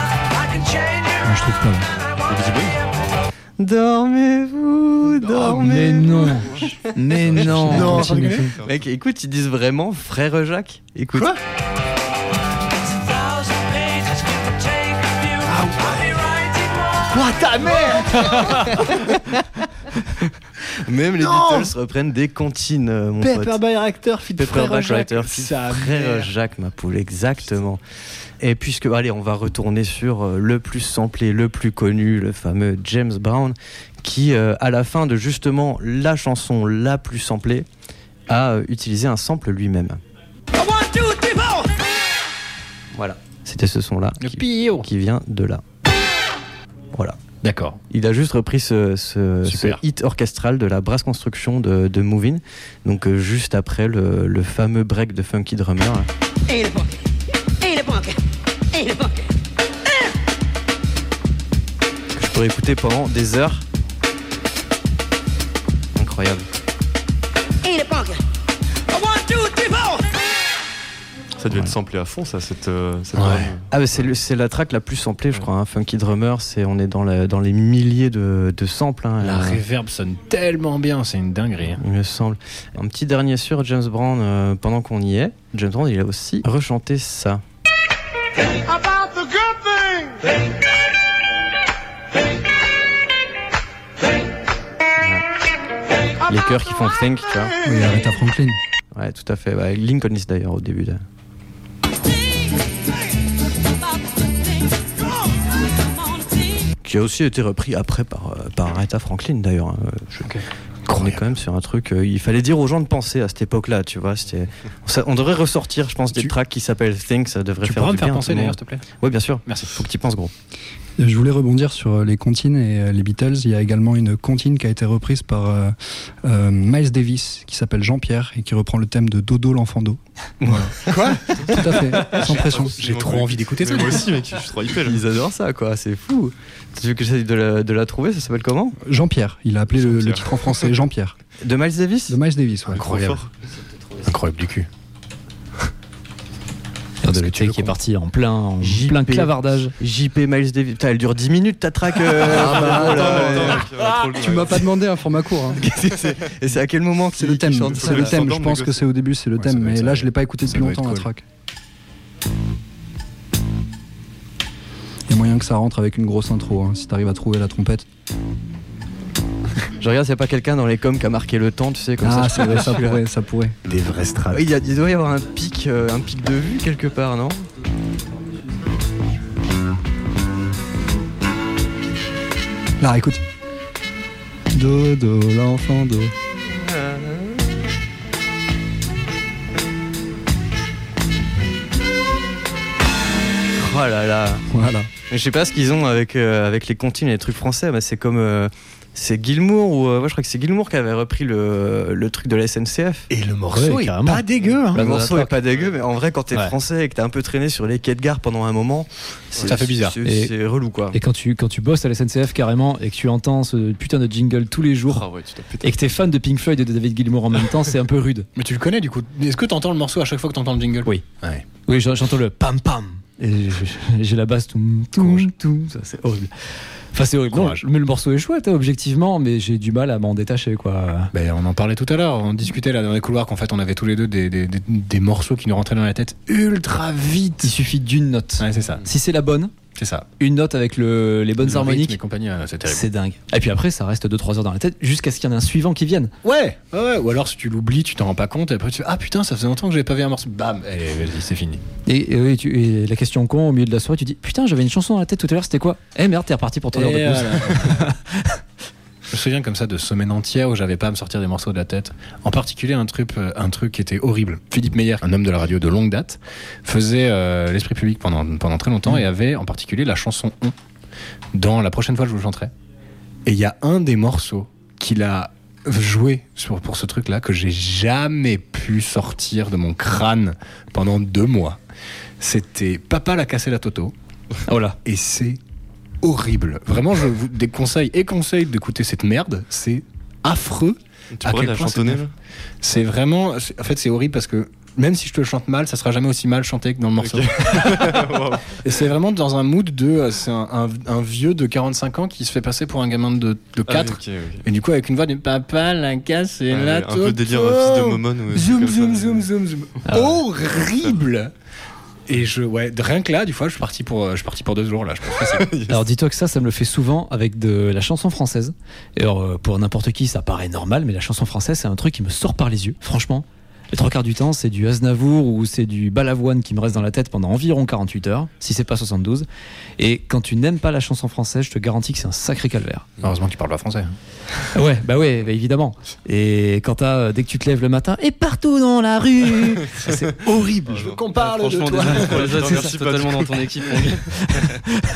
Speaker 6: Ouais, je trouve pas. ouais.
Speaker 4: Dormez-vous,
Speaker 6: Oh, mais
Speaker 4: dormez-vous.
Speaker 6: non
Speaker 10: Mais non.
Speaker 5: Non,
Speaker 6: Continue.
Speaker 5: rigolez
Speaker 4: Mec, écoute, ils disent vraiment frère Jacques. Écoute.
Speaker 5: Quoi *laughs*
Speaker 4: Même les
Speaker 5: Non
Speaker 4: Beatles reprennent des comptines, euh, mon pote.
Speaker 5: by Actor, fit
Speaker 4: Paperback Writer,
Speaker 5: Ça
Speaker 4: frère Jacques, ma poule, exactement. Et puisque, allez, on va retourner sur euh, le plus samplé, le plus connu, le fameux James Brown, qui, euh, à la fin de justement la chanson la plus samplée, a euh, utilisé un sample lui-même. Voilà, c'était ce son-là qui,
Speaker 5: pio.
Speaker 4: qui vient de là. Voilà.
Speaker 5: D'accord.
Speaker 4: Il a juste repris ce, ce-
Speaker 5: Super.
Speaker 4: ce hit orchestral de la brass construction de, de Movin, donc euh, juste après le, le fameux break de Funky Drummer. là. Que je pourrais écouter pendant des heures. Incroyable.
Speaker 7: Ça devait être samplé à fond, ça, cette. euh, cette
Speaker 5: Ouais.
Speaker 7: dame.
Speaker 4: Ah bah, c'est le- c'est la track la plus samplée, je crois. hein. Funky Drummer, c'est on est dans, la- dans les milliers de, de samples. hein.
Speaker 5: La
Speaker 4: Euh,
Speaker 5: reverb sonne tellement bien, c'est une dinguerie. hein.
Speaker 4: Il me semble. Un petit dernier sur James Brown euh, pendant qu'on y est. James Brown, il a aussi rechanté ça. Voilà. Les chœurs qui font think, tu vois.
Speaker 6: Oui, Aretha Franklin.
Speaker 4: Ouais, tout à fait. Ouais, Lincoln List d'ailleurs au début. de- Qui a aussi été repris après par, euh, par Aretha Franklin d'ailleurs. hein. Je- On est quand même sur un truc. euh, il fallait dire aux gens de penser à cette époque-là, tu vois. c'était- ça- on devrait ressortir, je pense, des
Speaker 5: Tu-
Speaker 4: tracks qui s'appellent Think. Ça devrait
Speaker 5: Tu
Speaker 4: faire
Speaker 5: pourras
Speaker 4: du
Speaker 5: me faire
Speaker 4: bien à
Speaker 5: penser
Speaker 4: tout le
Speaker 5: d'ailleurs,
Speaker 4: monde.
Speaker 5: s'il te plaît
Speaker 4: Ouais, bien sûr.
Speaker 5: Merci.
Speaker 4: Faut que tu penses, gros.
Speaker 6: Je voulais rebondir sur euh, les comptines et euh, les Beatles. Il y a également une comptine qui a été reprise par euh, euh, Miles Davis, qui s'appelle Jean-Pierre, et qui reprend le thème de Dodo l'enfant d'eau. Voilà.
Speaker 5: *laughs* Quoi
Speaker 6: Tout à fait, sans pression.
Speaker 5: J'ai trop envie d'écouter ça.
Speaker 7: Mais Moi aussi, mec, je suis trop hypé. là.
Speaker 4: Ils adorent ça, quoi, c'est fou. Tu veux que j'essaye de la, de la trouver Ça s'appelle comment
Speaker 6: Jean-Pierre, il a appelé le- le,
Speaker 7: Jean-Pierre.
Speaker 6: titre en français Jean-Pierre,
Speaker 4: De Miles Davis
Speaker 6: de Miles Davis. ouais.
Speaker 5: Incroyable.
Speaker 7: Trop fort.
Speaker 5: Incroyable du cul.
Speaker 10: Regarde
Speaker 5: Est-ce
Speaker 10: le
Speaker 5: que tu veux
Speaker 10: tech qui est
Speaker 5: qu'on-
Speaker 10: parti en plein, en
Speaker 4: JP.
Speaker 10: plein clavardage.
Speaker 4: JP Miles Davis. Putain, elle dure 10 minutes ta track. euh, *laughs*
Speaker 7: Attends,
Speaker 4: Fabio, là, ouais.
Speaker 7: attends, mec, il y a trop le-
Speaker 6: Tu m'as pas demandé un format court. hein.
Speaker 4: Et c'est à quel moment que
Speaker 6: C'est le thème,
Speaker 7: chante,
Speaker 6: c'est
Speaker 7: ouais.
Speaker 6: le thème. Je
Speaker 7: S'endorme,
Speaker 6: pense
Speaker 7: le
Speaker 6: que
Speaker 7: gosse.
Speaker 6: c'est au début, c'est le
Speaker 5: Ouais, ça
Speaker 6: thème,
Speaker 5: doit être
Speaker 6: mais
Speaker 5: ça.
Speaker 6: là je l'ai pas écouté
Speaker 5: Ça
Speaker 6: depuis
Speaker 5: doit être
Speaker 6: longtemps la
Speaker 5: cool.
Speaker 6: track. Il y a moyen que ça rentre avec une grosse intro, hein, si t'arrives à trouver la trompette.
Speaker 4: Je regarde s'il n'y a pas quelqu'un dans les coms qui a marqué le temps, tu sais, comme ça. je
Speaker 6: ah, c'est
Speaker 4: peux-
Speaker 6: vrai, ça pourrait, ça pourrait.
Speaker 5: Des vrais strates.
Speaker 4: Oui, il, y a- il doit y avoir un pic, euh, un pic de vue quelque part, non
Speaker 6: Là, écoute. Dodo, l'enfant do.
Speaker 4: Oh là là.
Speaker 6: Voilà.
Speaker 4: Mais Je sais pas ce qu'ils ont avec, euh, avec les comptines et les trucs français, mais c'est comme. euh, c'est Gilmour, ou. euh, ouais, je crois que c'est Gilmour qui avait repris le, le truc de la SNCF.
Speaker 5: Et le morceau
Speaker 10: Ouais,
Speaker 5: est
Speaker 10: carrément.
Speaker 5: pas dégueu. hein.
Speaker 4: Le morceau est pas dégueu, mais en vrai, quand t'es
Speaker 10: Ouais.
Speaker 4: français et que t'as un peu traîné sur les quais de gare pendant un moment, c'est-
Speaker 5: Ça fait bizarre.
Speaker 4: c'est-
Speaker 10: Et-
Speaker 4: C'est relou quoi.
Speaker 10: Et quand tu, quand tu bosses à la SNCF carrément et que tu entends ce putain de jingle tous les jours
Speaker 7: Ah ouais, tu t'as pété.
Speaker 10: et que t'es fan de Pink Floyd et de David Gilmour en même temps, c'est un peu rude.
Speaker 5: Mais tu le connais du coup. Est-ce que t'entends le morceau à chaque fois que t'entends le jingle
Speaker 10: Oui.
Speaker 5: Ouais.
Speaker 10: *laughs* Oui, j'en- j'entends le pam pam. Et je- je- J'ai la basse tout, tout,
Speaker 5: Courage.
Speaker 10: tout. Ça, c'est horrible. Enfin, c'est horrible. Non,
Speaker 5: Courage.
Speaker 10: mais le morceau est chouette, hein, objectivement, mais j'ai du mal à m'en détacher, quoi.
Speaker 5: Ben, on en parlait tout à l'heure, on discutait là dans les couloirs qu'en fait on avait tous les deux des, des- des- des morceaux qui nous rentraient dans la tête ultra
Speaker 10: Il
Speaker 5: vite.
Speaker 10: suffit d'une note.
Speaker 5: Ouais, c'est ça,
Speaker 10: Si c'est la bonne,
Speaker 5: c'est ça.
Speaker 10: une note avec le- les bonnes
Speaker 5: Le rythme et
Speaker 10: harmoniques,
Speaker 5: compagnie, ouais, c'est terrible.
Speaker 10: c'est dingue. Et puis après, ça reste 2-3 heures dans la tête jusqu'à ce qu'il y en ait un suivant qui vienne.
Speaker 5: Ouais, ouais, ouais, ou alors si tu l'oublies, tu t'en rends pas compte, et après tu fais Ah putain, ça faisait longtemps que j'avais pas vu un morceau. Bam, allez, vas-y, c'est fini.
Speaker 10: Et, et oui, tu- et la question con, au milieu de la soirée, tu dis Putain, j'avais une chanson dans la tête tout à l'heure, c'était quoi Eh merde, t'es reparti pour ton heure de
Speaker 5: Et
Speaker 10: plus.
Speaker 5: voilà.
Speaker 10: *laughs*
Speaker 5: Je me souviens comme ça de semaines entières où j'avais pas à me sortir des morceaux de la tête. En particulier un truc, euh, un truc qui était horrible. Philippe Meyer, un homme de la radio de longue date, faisait euh, l'esprit public pendant, pendant très longtemps
Speaker 10: Mm.
Speaker 5: et avait en particulier la chanson On dans La prochaine fois que je vous le chanterai. Et il y a un des morceaux qu'il a joué sur, pour ce truc-là que j'ai jamais pu sortir de mon crâne pendant deux mois. C'était Papa l'a cassé la Toto
Speaker 10: Oh là.
Speaker 5: et c'est horrible. Vraiment, je vous déconseille et conseille d'écouter cette merde. C'est affreux.
Speaker 7: Tu
Speaker 5: à
Speaker 7: pourrais
Speaker 5: quel
Speaker 7: la
Speaker 5: point c'est
Speaker 7: chantonner
Speaker 5: bien.
Speaker 7: là
Speaker 5: C'est vraiment. c'est- En fait, c'est horrible parce que même si je te le chante mal, ça sera jamais aussi mal chanté que dans
Speaker 7: *laughs*
Speaker 5: le morceau.
Speaker 7: Wow.
Speaker 5: Et c'est vraiment dans un mood de. euh, C'est un, un- un vieux de 45 ans qui se fait passer pour un gamin de, de
Speaker 7: Ah oui,
Speaker 5: 4.
Speaker 7: ok, ok.
Speaker 5: Et du coup, avec une voix de papa, la casse et
Speaker 7: Ouais,
Speaker 5: la
Speaker 7: Un peu délire
Speaker 5: toto.
Speaker 7: fils de Momon. ou un truc
Speaker 5: Zoom,
Speaker 7: comme ça,
Speaker 5: zoom,
Speaker 7: mais-
Speaker 5: zoom, zoom, zoom.
Speaker 10: Ah
Speaker 5: Horrible! Et je, ouais, rien que là, du fois, je suis parti pour, euh, je suis parti pour deux jours, là, je pense.
Speaker 7: *laughs*
Speaker 10: Alors dis-toi que ça, ça me le fait souvent avec de la chanson française. Et alors, euh, pour n'importe qui, ça paraît normal, mais la chanson française, c'est un truc qui me sort par les yeux, franchement. Les trois quarts du temps, c'est du Aznavour ou c'est du Balavoine qui me reste dans la tête pendant environ 48 heures, si c'est pas 72. Et quand tu n'aimes pas la chanson française, je te garantis que c'est un sacré calvaire.
Speaker 5: Heureusement que tu parles pas français. hein.
Speaker 10: Ouais, bah ouais, bah évidemment. Et quand t'as, euh, dès que tu te lèves le matin, et partout dans la *laughs* rue, c'est horrible.
Speaker 7: Je veux
Speaker 5: qu'on parle de
Speaker 7: Franchement,
Speaker 5: toi.
Speaker 7: désolé pour les
Speaker 10: Bah, C'est
Speaker 7: autres,
Speaker 10: ça,
Speaker 7: merci pas
Speaker 10: totalement
Speaker 7: du
Speaker 10: dans
Speaker 7: coup.
Speaker 10: ton équipe.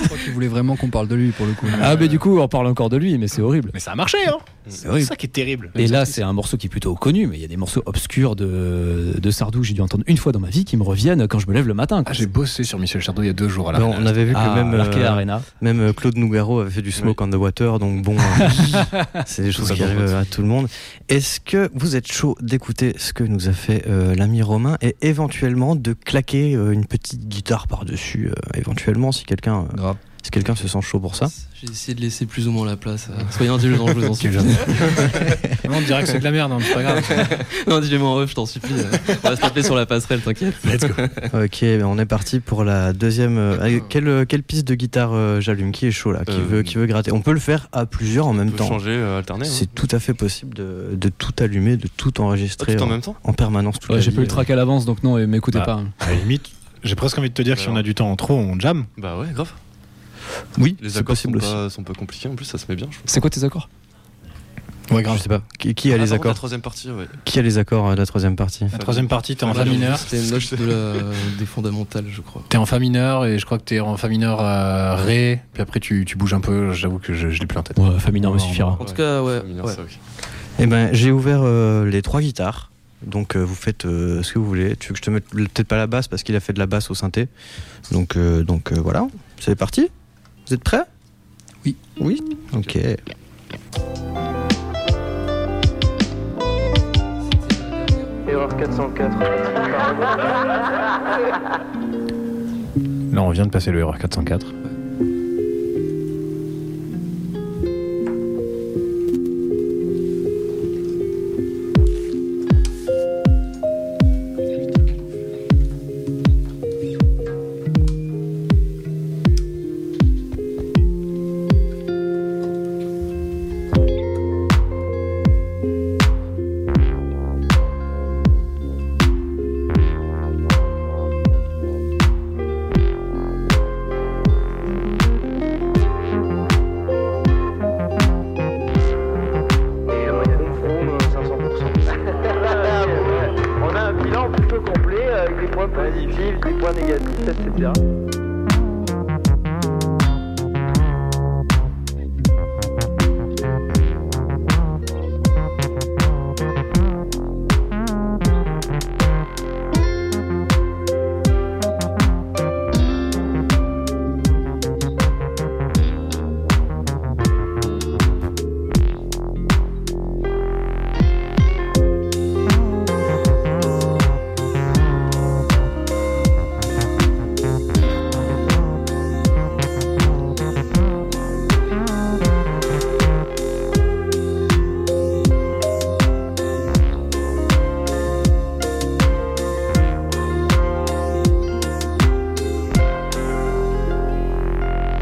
Speaker 6: Je crois qu'il voulait vraiment qu'on parle de lui pour le coup.
Speaker 10: Ah, mais du coup, on parle encore de lui, mais c'est horrible.
Speaker 5: Mais ça a marché,
Speaker 7: Mm.
Speaker 5: hein
Speaker 10: C'est horrible.
Speaker 5: ça qui est terrible.
Speaker 10: Et là, c'est un morceau qui est plutôt connu, mais il y a des morceaux obscurs de, de Sardou que j'ai dû entendre une fois dans ma vie qui me reviennent quand je me lève le matin.
Speaker 5: Ah,
Speaker 10: quoi.
Speaker 5: j'ai bossé sur Michel Chardot il y a deux jours. À la
Speaker 4: Non, on avait vu que
Speaker 10: Ah,
Speaker 4: même,
Speaker 10: l'Arkea
Speaker 4: euh,
Speaker 10: Arena.
Speaker 4: même euh, Claude Nougaro avait fait du Smoke on the Water, donc bon, euh, c'est des choses
Speaker 5: Ça
Speaker 4: qui
Speaker 5: doit
Speaker 4: arrivent
Speaker 5: être.
Speaker 4: à tout le monde. Est-ce que vous êtes chaud d'écouter ce que nous a fait euh, l'ami Romain et éventuellement de claquer euh, une petite guitare par-dessus, euh, éventuellement, si quelqu'un euh,
Speaker 6: Grave.
Speaker 4: si quelqu'un se sent chaud pour ça
Speaker 12: J'ai essayé de laisser plus ou moins la place.
Speaker 9: euh.
Speaker 12: à- Soyez indulgents, je vous en
Speaker 10: *laughs*
Speaker 12: supplie.
Speaker 5: on dirait que c'est de la
Speaker 10: hein,
Speaker 5: merde, c'est pas grave.
Speaker 12: *laughs* non, dis-le-moi en off, je t'en supplie. On va se taper sur la passerelle, t'inquiète.
Speaker 4: *laughs* Ok, ben on est parti pour la deuxième. euh, euh, quelle, euh, quelle piste de guitare euh, j'allume Qui est chaud là Qui,
Speaker 7: Euh,
Speaker 4: veut, qui veut gratter On peut le faire à plusieurs en
Speaker 7: On
Speaker 4: même
Speaker 7: peut
Speaker 4: temps.
Speaker 7: changer, euh, alterner. hein.
Speaker 4: C'est tout à fait possible de, de tout allumer, de tout
Speaker 7: Ah,
Speaker 4: enregistrer
Speaker 7: Tout en
Speaker 4: en,
Speaker 7: même temps
Speaker 4: en permanence. toute
Speaker 10: Ouais,
Speaker 4: la
Speaker 10: j'ai
Speaker 4: vie.
Speaker 10: pas eu le track à l'avance, donc non, et m'écoutez
Speaker 5: Bah.
Speaker 10: pas. hein.
Speaker 5: À la limite, j'ai presque envie de te dire que si on a du temps en trop, on jam.
Speaker 7: Bah ouais, grave.
Speaker 4: Oui,
Speaker 7: Les
Speaker 4: euh. c'est
Speaker 7: accords
Speaker 4: possible
Speaker 7: sont
Speaker 4: aussi.
Speaker 7: pas, sont pas compliqués en plus, ça se met bien. je trouve.
Speaker 10: C'est quoi tes accords
Speaker 5: Ouais, grave.
Speaker 4: Je sais pas. Qui, qui a
Speaker 7: Ah,
Speaker 4: les
Speaker 7: par contre,
Speaker 4: accords
Speaker 7: la troisième partie, ouais.
Speaker 4: Qui a les accords euh, de la troisième partie
Speaker 5: La troisième partie, t'es en
Speaker 12: Ah,
Speaker 5: fa
Speaker 7: bah,
Speaker 12: j'avoue,
Speaker 5: mineur.
Speaker 12: C'était une note de
Speaker 10: *laughs*
Speaker 12: la- des fondamentales, je crois.
Speaker 5: T'es en fa mineur et je crois que t'es en fa mineur euh, ré, puis après tu, tu bouges un peu, j'avoue que je, je l'ai plus en tête.
Speaker 10: Ouais, fa mineur me suffira.
Speaker 12: En tout cas,
Speaker 7: Ah,
Speaker 12: ouais. ouais.
Speaker 4: Eh ben, j'ai ouvert euh, les trois guitares. Donc euh, vous faites euh, ce que vous voulez. Tu veux que je te mette peut-être pas la basse parce qu'il a fait de la basse au synthé. Donc, euh, donc euh, voilà, c'est parti. Vous êtes prêts
Speaker 6: Oui.
Speaker 4: Oui Ok.
Speaker 9: Erreur 404.
Speaker 5: Là, on vient de passer le erreur 404.
Speaker 9: Et euh, il y a donc fond, euh, 500%. On a un bilan plutôt complet euh, avec des points positifs, des points négatifs, etc.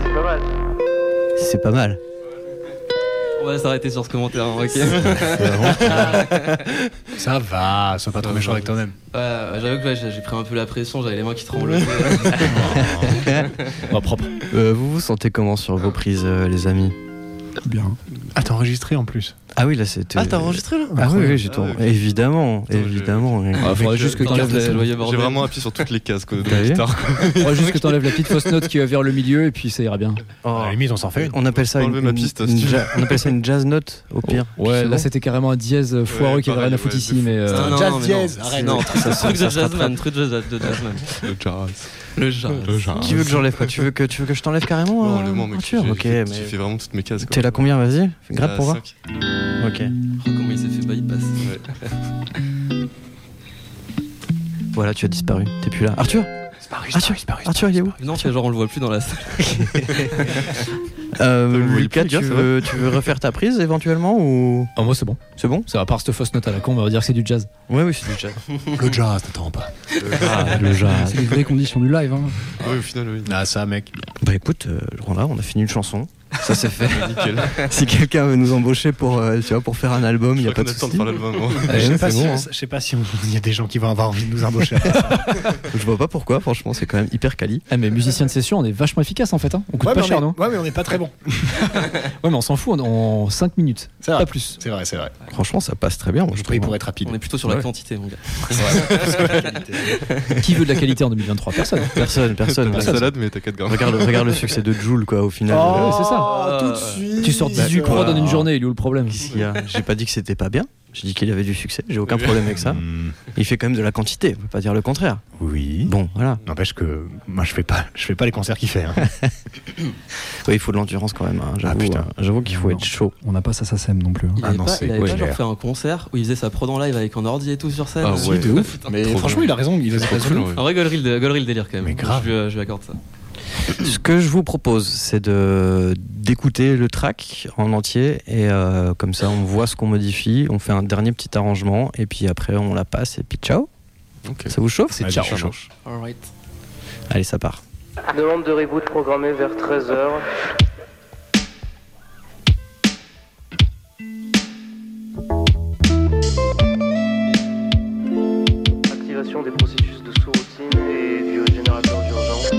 Speaker 9: C'est pas mal.
Speaker 4: C'est pas mal.
Speaker 12: On va s'arrêter sur ce commentaire, hein, ok
Speaker 10: *laughs*
Speaker 5: Ça va, sois pas trop méchant avec toi-même.
Speaker 12: Ouais, J'avoue que ouais, j'ai j'ai pris un peu la pression, j'avais les mains qui tremblent.
Speaker 10: *laughs* Bah, propre.
Speaker 4: Euh, vous vous sentez comment sur vos prises, euh, les amis
Speaker 6: Bien.
Speaker 5: Ah, t'as enregistré en plus.
Speaker 4: Ah oui, là c'était.
Speaker 12: ah, t'as enregistré là
Speaker 4: Ah oui, oui, j'ai tout.
Speaker 7: Ah, ok.
Speaker 4: Évidemment,
Speaker 7: j'ai-
Speaker 4: évidemment. oui.
Speaker 10: Ah, faudrait juste que
Speaker 12: Putain,
Speaker 10: t'enlèves
Speaker 12: c'est le
Speaker 10: la...
Speaker 12: loyer
Speaker 7: J'ai
Speaker 12: bordel.
Speaker 7: vraiment appuyé sur toutes les cases
Speaker 10: Bah
Speaker 7: quoi, de
Speaker 4: T'as
Speaker 7: la
Speaker 4: vu
Speaker 7: guitare. quoi.
Speaker 10: faudrait juste que t'enlèves la petite fausse note qui va vers le milieu et puis ça ira bien.
Speaker 4: Oh,
Speaker 5: À la limite, on s'en fait une.
Speaker 4: On appelle ça une,
Speaker 7: Enlevez ma
Speaker 4: une-
Speaker 7: piste,
Speaker 4: une
Speaker 7: si tu veux. Oh.
Speaker 4: ja- on appelle ça une jazz note au pire.
Speaker 10: Ouais,
Speaker 4: C'est
Speaker 10: là
Speaker 4: bon
Speaker 10: c'était carrément un dièse euh, foireux qui avait
Speaker 7: pareil,
Speaker 10: rien à foutre
Speaker 7: ouais,
Speaker 10: ici,
Speaker 7: de fou.
Speaker 10: mais. euh,
Speaker 12: Non, non,
Speaker 5: Jazz
Speaker 12: mais non.
Speaker 5: dièse, arrête.
Speaker 12: Non, truc,
Speaker 4: Ça, ça,
Speaker 12: truc
Speaker 4: ça
Speaker 12: de
Speaker 4: se
Speaker 12: jazzman,
Speaker 4: rattrape.
Speaker 12: truc de jazz- de jazzman.
Speaker 7: Le
Speaker 10: *laughs*
Speaker 7: jazz.
Speaker 12: Le jazz.
Speaker 7: Le jazz.
Speaker 4: Qui veut que j'enlève quoi tu veux que, tu veux que je t'enlève carrément
Speaker 7: Non,
Speaker 4: euh,
Speaker 7: le moment, mec,
Speaker 4: Arthur
Speaker 7: j'ai-
Speaker 4: Ok,
Speaker 7: j'ai-
Speaker 4: mais.
Speaker 7: j'ai fait vraiment toutes mes cases. quoi.
Speaker 4: T'es là combien Vas-y, fais
Speaker 7: Euh,
Speaker 4: grave pour voir.
Speaker 7: cinq.
Speaker 4: Ok.
Speaker 12: Oh, comment il s'est fait bypass.
Speaker 4: Voilà, tu as disparu. T'es plus là. Arthur Arthur, Arthur, il est où
Speaker 12: Non, c'est genre on le voit plus dans la
Speaker 4: *laughs*
Speaker 12: salle.
Speaker 4: Euh,
Speaker 7: vous voyez
Speaker 4: Lucas,
Speaker 7: plus, les
Speaker 4: tu
Speaker 7: gars, ça
Speaker 4: veux, tu veux refaire ta prise éventuellement ou
Speaker 10: Ah, moi c'est bon.
Speaker 4: c'est bon
Speaker 10: Ça, à part cette fausse note à la con, on va dire que c'est du jazz.
Speaker 4: Ouais, oui, c'est déjà.
Speaker 5: Le jazz, t'attends pas.
Speaker 10: Ah, le jazz.
Speaker 6: C'est les vraies conditions du live. Hein.
Speaker 7: Ouais, au final, oui.
Speaker 5: Ah, ça, mec.
Speaker 4: Bah écoute, euh, voilà, on a fini une chanson. Ça c'est fait.
Speaker 7: *laughs*
Speaker 10: *laughs*
Speaker 7: Nickel.
Speaker 4: *laughs* si quelqu'un veut nous embaucher pour, euh, tu vois, pour faire un album, il
Speaker 7: Je
Speaker 4: n'y a
Speaker 7: crois
Speaker 4: pas
Speaker 7: qu'on
Speaker 4: de
Speaker 7: a le temps de
Speaker 4: souci.
Speaker 7: faire l'album. hein. *laughs*
Speaker 4: Ouais,
Speaker 5: je sais pas,
Speaker 4: c'est
Speaker 5: si,
Speaker 4: bon, hein.
Speaker 5: je sais pas si on- il y a des gens qui vont avoir envie de nous *laughs* embaucher. après.
Speaker 4: Je vois pas pourquoi, franchement, c'est quand même hyper quali.
Speaker 10: Ah, mais musicien de session, on est vachement efficace en fait. Hein. On coûte
Speaker 5: ouais, mais
Speaker 10: pas
Speaker 5: on
Speaker 10: cher,
Speaker 5: est-
Speaker 10: non
Speaker 5: ouais, mais on est pas très bon.
Speaker 10: Ouais, mais on s'en fout, on- en 5 minutes.
Speaker 5: C'est vrai.
Speaker 10: Pas plus.
Speaker 5: C'est vrai, c'est vrai.
Speaker 4: Franchement, ça passe très bien. Moi, je
Speaker 5: Je paye
Speaker 4: trouve.
Speaker 5: pour être rapide.
Speaker 12: On est plutôt sur la
Speaker 4: Ouais.
Speaker 12: quantité, mon gars.
Speaker 10: Qui veut de la qualité en 2023 Personne.
Speaker 4: Personne, personne.
Speaker 7: T'as la
Speaker 4: personne.
Speaker 7: salade, mais t'as 4 grammes.
Speaker 4: Regarde, regarde le succès de Joule, quoi, au final.
Speaker 10: Ouais,
Speaker 5: Oh,
Speaker 10: c'est ça.
Speaker 5: tout de
Speaker 12: Euh,
Speaker 5: suite.
Speaker 10: Tu sors 18
Speaker 5: Bah,
Speaker 10: prods
Speaker 5: voilà.
Speaker 10: en une journée, il est où le problème
Speaker 4: Qu'est-ce qu'il y a J'ai pas dit que c'était pas bien. J'ai dit qu'il avait du succès. J'ai aucun problème avec
Speaker 5: *laughs*
Speaker 4: ça.
Speaker 5: Hmm,
Speaker 4: Il fait quand même de la quantité. On peut pas dire le contraire.
Speaker 5: oui.
Speaker 4: Bon, voilà.
Speaker 5: N'empêche que moi je fais pas, je fais pas les concerts qu'il fait. hein.
Speaker 4: Ouais, il faut de l'endurance quand même. hein. J'avoue,
Speaker 5: Ah, putain.
Speaker 4: hein. J'avoue qu'il faut
Speaker 6: Non.
Speaker 4: être chaud.
Speaker 6: On n'a pas ça, ça sème non plus. hein.
Speaker 12: Il
Speaker 5: Ah
Speaker 12: avait
Speaker 5: non,
Speaker 12: pas,
Speaker 5: c'est
Speaker 12: il avait pas genre
Speaker 5: clair.
Speaker 12: fait un concert où il faisait sa prod en live avec un ordi et tout sur scène.
Speaker 7: Ah
Speaker 12: euh,
Speaker 7: ouais.
Speaker 5: De ouf. *laughs* Mais
Speaker 7: Trop
Speaker 5: franchement,
Speaker 7: bien.
Speaker 5: il a raison, il a
Speaker 7: Trop
Speaker 5: raison.
Speaker 7: cool, ouais.
Speaker 12: En vrai, gaulerie le, gaulerie le délire quand même.
Speaker 5: Mais grave.
Speaker 12: Je, lui- je lui accorde ça.
Speaker 4: Ce que je vous propose, c'est de d'écouter le track en entier et euh, comme ça, on voit ce qu'on modifie. On fait un dernier petit arrangement et puis après, on la passe et puis ciao.
Speaker 7: Ok.
Speaker 4: Ça vous chauffe
Speaker 5: Allez, je suis
Speaker 12: hein.
Speaker 5: chaud.
Speaker 12: Alright.
Speaker 4: Allez, ça part.
Speaker 9: Demande de reboot programmée vers 13h. Activation des processus de sous-routine et du générateur d'urgence.